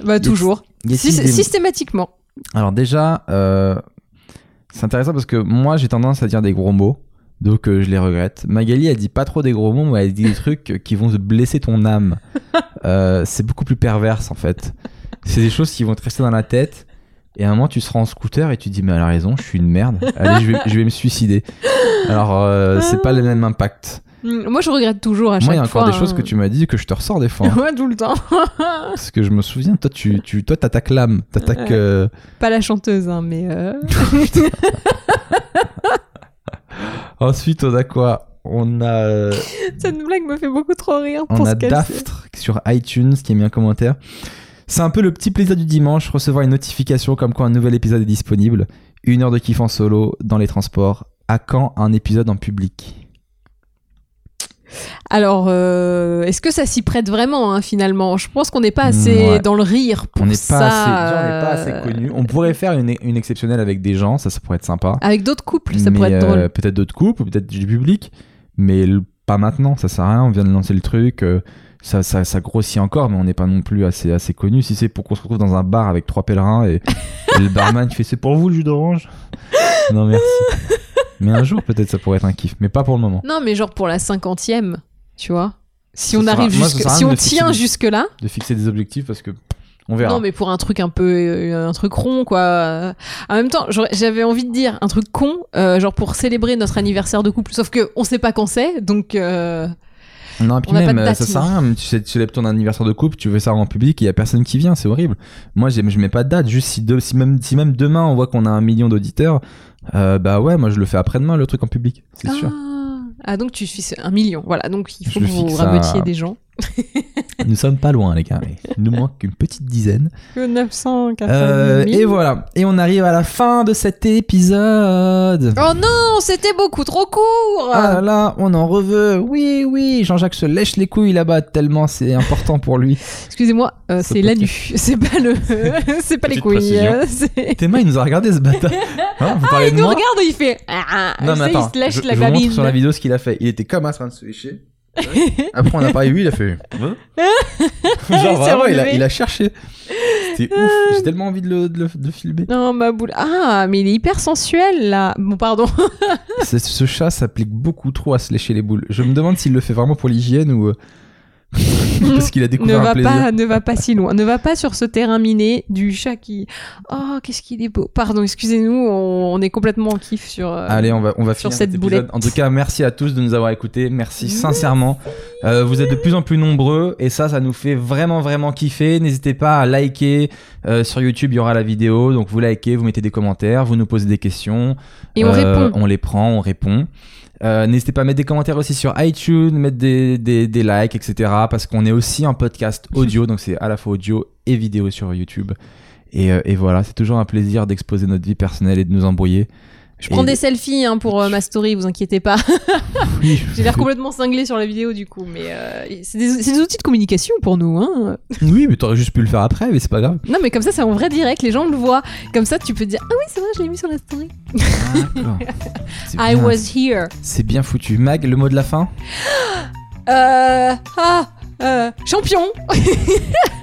Speaker 2: Bah toujours.
Speaker 1: Y a-t-il
Speaker 2: Sy-
Speaker 1: des-
Speaker 2: Systématiquement.
Speaker 1: alors déjà, euh, c'est intéressant parce que moi j'ai tendance à dire des gros mots, donc euh, je les regrette. Magali elle dit pas trop des gros mots, mais elle dit des trucs qui vont te blesser ton âme. Euh, c'est beaucoup plus perverse en fait. C'est des choses qui vont te rester dans la tête Et à un moment, tu seras en scooter et tu te dis, mais elle a raison, je suis une merde. Allez, je vais, je vais me suicider. Alors, euh, c'est pas le même impact.
Speaker 2: Mm, Moi, je regrette toujours à chaque
Speaker 1: Moi,
Speaker 2: fois.
Speaker 1: il y a encore des choses
Speaker 2: hein.
Speaker 1: que tu m'as dit que je te ressors des fois. hein.
Speaker 2: Ouais, tout le temps.
Speaker 1: Parce que je me souviens, toi, tu, tu toi, t'attaques l'âme, t'attaques. euh,
Speaker 2: Pas la chanteuse, hein, mais. euh,
Speaker 1: Ensuite, on a quoi On a, euh,
Speaker 2: Cette blague me fait beaucoup trop rire. Pour
Speaker 1: on
Speaker 2: ce
Speaker 1: a
Speaker 2: qu'elle
Speaker 1: Daft sur iTunes qui a mis un commentaire. C'est un peu le petit plaisir du dimanche, recevoir une notification comme quoi un nouvel épisode est disponible. Une heure de kiff en solo dans les transports. À quand un épisode en public
Speaker 2: Alors, euh, est-ce que ça s'y prête vraiment hein, finalement Je pense qu'on n'est pas assez
Speaker 1: Mm, Ouais.
Speaker 2: dans le rire pour
Speaker 1: On n'est pas,
Speaker 2: ça.
Speaker 1: assez- déjà, on n'est pas
Speaker 2: euh,
Speaker 1: assez connu. On pourrait faire une, une exceptionnelle avec des gens, ça, ça pourrait être sympa.
Speaker 2: Avec d'autres couples, ça
Speaker 1: Mais,
Speaker 2: pourrait être
Speaker 1: euh,
Speaker 2: drôle.
Speaker 1: Peut-être d'autres couples, ou peut-être du public, mais le- pas maintenant, ça sert à rien, on vient de lancer le truc, euh, ça, ça, ça grossit encore, mais on n'est pas non plus assez, assez connu. Si c'est pour qu'on se retrouve dans un bar avec trois pèlerins et, et le barman qui fait c'est pour vous le jus d'orange Non merci. Mais un jour peut-être ça pourrait être un kiff, mais pas pour le moment.
Speaker 2: Non, mais genre pour la cinquantième, tu vois. Si
Speaker 1: Ça
Speaker 2: on
Speaker 1: sera-
Speaker 2: arrive
Speaker 1: moi, ça
Speaker 2: jusque,
Speaker 1: sera
Speaker 2: si
Speaker 1: un
Speaker 2: on
Speaker 1: de fixer
Speaker 2: tient
Speaker 1: des-
Speaker 2: jusque là,
Speaker 1: De fixer des objectifs parce que on verra.
Speaker 2: non, mais pour un truc un peu, euh, un truc rond quoi. Euh, En même temps, j'aurais- j'avais envie de dire un truc con, euh, genre pour célébrer notre anniversaire de couple. Sauf que on sait pas quand c'est, donc. euh,
Speaker 1: Non, et puis
Speaker 2: On n'a pas
Speaker 1: même,
Speaker 2: de
Speaker 1: euh,
Speaker 2: date,
Speaker 1: ça sert à
Speaker 2: nous.
Speaker 1: rien. Même Tu, sais, tu célèbres ton anniversaire de couple, tu veux ça en public, il y a personne qui vient, c'est horrible. Moi, j'ai- je mets pas de date. Juste si, de- si, même, si même demain on voit qu'on a un million d'auditeurs, euh, bah ouais, moi je le fais après-demain, le truc en public, c'est sûr.
Speaker 2: Ah. Ah, donc tu fixes un million, voilà. Donc il faut
Speaker 1: Je
Speaker 2: que vous
Speaker 1: fixe à-
Speaker 2: ramotiez des gens. Ah.
Speaker 1: Nous sommes pas loin, les gars, mais il nous manque une petite dizaine.
Speaker 2: Que 980
Speaker 1: Euh,
Speaker 2: 000.
Speaker 1: et voilà. Et on arrive à la fin de cet épisode.
Speaker 2: Oh non, c'était beaucoup trop court
Speaker 1: Ah là là, on en reveut. Oui, oui, Jean-Jacques se lèche les couilles là-bas tellement c'est important pour lui.
Speaker 2: Excusez-moi, euh,
Speaker 1: Ce
Speaker 2: c'est
Speaker 1: podcast.
Speaker 2: l'anu, c'est pas le, c'est pas les
Speaker 1: Petite
Speaker 2: couilles.
Speaker 1: précision.
Speaker 2: euh, c'est-
Speaker 1: Théma, il nous a regardé ce bâtard. Hein, vous parlez
Speaker 2: Il
Speaker 1: de
Speaker 2: nous
Speaker 1: moi
Speaker 2: regarde et il fait. Ah,
Speaker 1: Non,
Speaker 2: tu
Speaker 1: mais
Speaker 2: sais,
Speaker 1: attends,
Speaker 2: il se lèche
Speaker 1: je,
Speaker 2: la
Speaker 1: je vous
Speaker 2: babine.
Speaker 1: montre sur la vidéo ce qu'il a fait. Il était comme en train de se lécher. Après, on a parlé de lui, il a fait. Hein Genre,
Speaker 2: s'est
Speaker 1: vraiment, il a,
Speaker 2: relevé.
Speaker 1: il a cherché. C'était ouf. J'ai tellement envie de le, de le- de le filmer.
Speaker 2: Non, ma boule. Ah, mais il est hyper sensuel là. Bon, pardon. Ah.
Speaker 1: Ce, ce chat s'applique beaucoup trop à se lécher les boules. Je me demande s'il le fait vraiment pour l'hygiène ou. euh, Parce qu'il a
Speaker 2: ne
Speaker 1: découvert un
Speaker 2: va
Speaker 1: plaisir.
Speaker 2: pas, ne va pas si loin. Ne va pas sur ce terrain miné du chat qui. Oh, qu'est-ce qu'il est beau. Pardon, excusez-nous, on, on est complètement en kiff sur. euh,
Speaker 1: Allez, on va, on va
Speaker 2: sur
Speaker 1: finir
Speaker 2: cette
Speaker 1: cet épisode.
Speaker 2: boulette.
Speaker 1: En tout cas, merci à tous de nous avoir écoutés. Merci sincèrement. Euh, vous êtes de plus en plus nombreux et ça, ça nous fait vraiment, vraiment kiffer. N'hésitez pas à liker. Euh, sur YouTube, il y aura la vidéo. Donc, vous likez, vous mettez des commentaires, vous nous posez des questions.
Speaker 2: Et on
Speaker 1: Euh,
Speaker 2: répond.
Speaker 1: On les prend, on répond. Euh, N'hésitez pas à mettre des commentaires aussi sur iTunes, mettre des, des, des likes, etc. Parce qu'on est aussi un podcast audio, donc c'est à la fois audio et vidéo sur YouTube. Et, euh, et voilà, c'est toujours un plaisir d'exposer notre vie personnelle et de nous embrouiller.
Speaker 2: Je prends des selfies hein, pour euh, ma story, vous inquiétez pas.
Speaker 1: Oui, je-
Speaker 2: J'ai l'air complètement cinglé sur la vidéo du coup, mais euh, c'est des, c'est des outils de communication pour nous. Hein.
Speaker 1: Oui, mais t'aurais juste pu le faire après, mais c'est pas grave.
Speaker 2: Non, mais comme ça, c'est en vrai direct, les gens le voient. Comme ça, tu peux dire Ah oui, c'est vrai, je l'ai mis sur la story.
Speaker 1: C'est
Speaker 2: I
Speaker 1: bien-
Speaker 2: was here.
Speaker 1: C'est bien foutu. Mag, le mot de la fin
Speaker 2: Euh. Ah euh, champion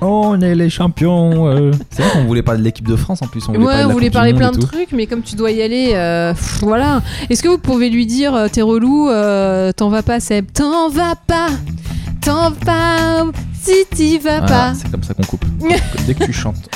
Speaker 1: On est les champions euh. C'est vrai qu'on voulait parler de l'équipe de France en plus. On voulait Ah,
Speaker 2: Ouais,
Speaker 1: parler de
Speaker 2: on
Speaker 1: la
Speaker 2: voulait
Speaker 1: Coupe du
Speaker 2: parler
Speaker 1: Monde
Speaker 2: plein
Speaker 1: et
Speaker 2: de
Speaker 1: tout.
Speaker 2: trucs, mais comme tu dois y aller, euh, pff, voilà. Est-ce que vous pouvez lui dire euh, T'es relou, euh, t'en vas pas, Seb T'en vas pas T'en vas Si t'y vas
Speaker 1: Voilà,
Speaker 2: pas
Speaker 1: c'est comme ça qu'on coupe. Dès que tu chantes.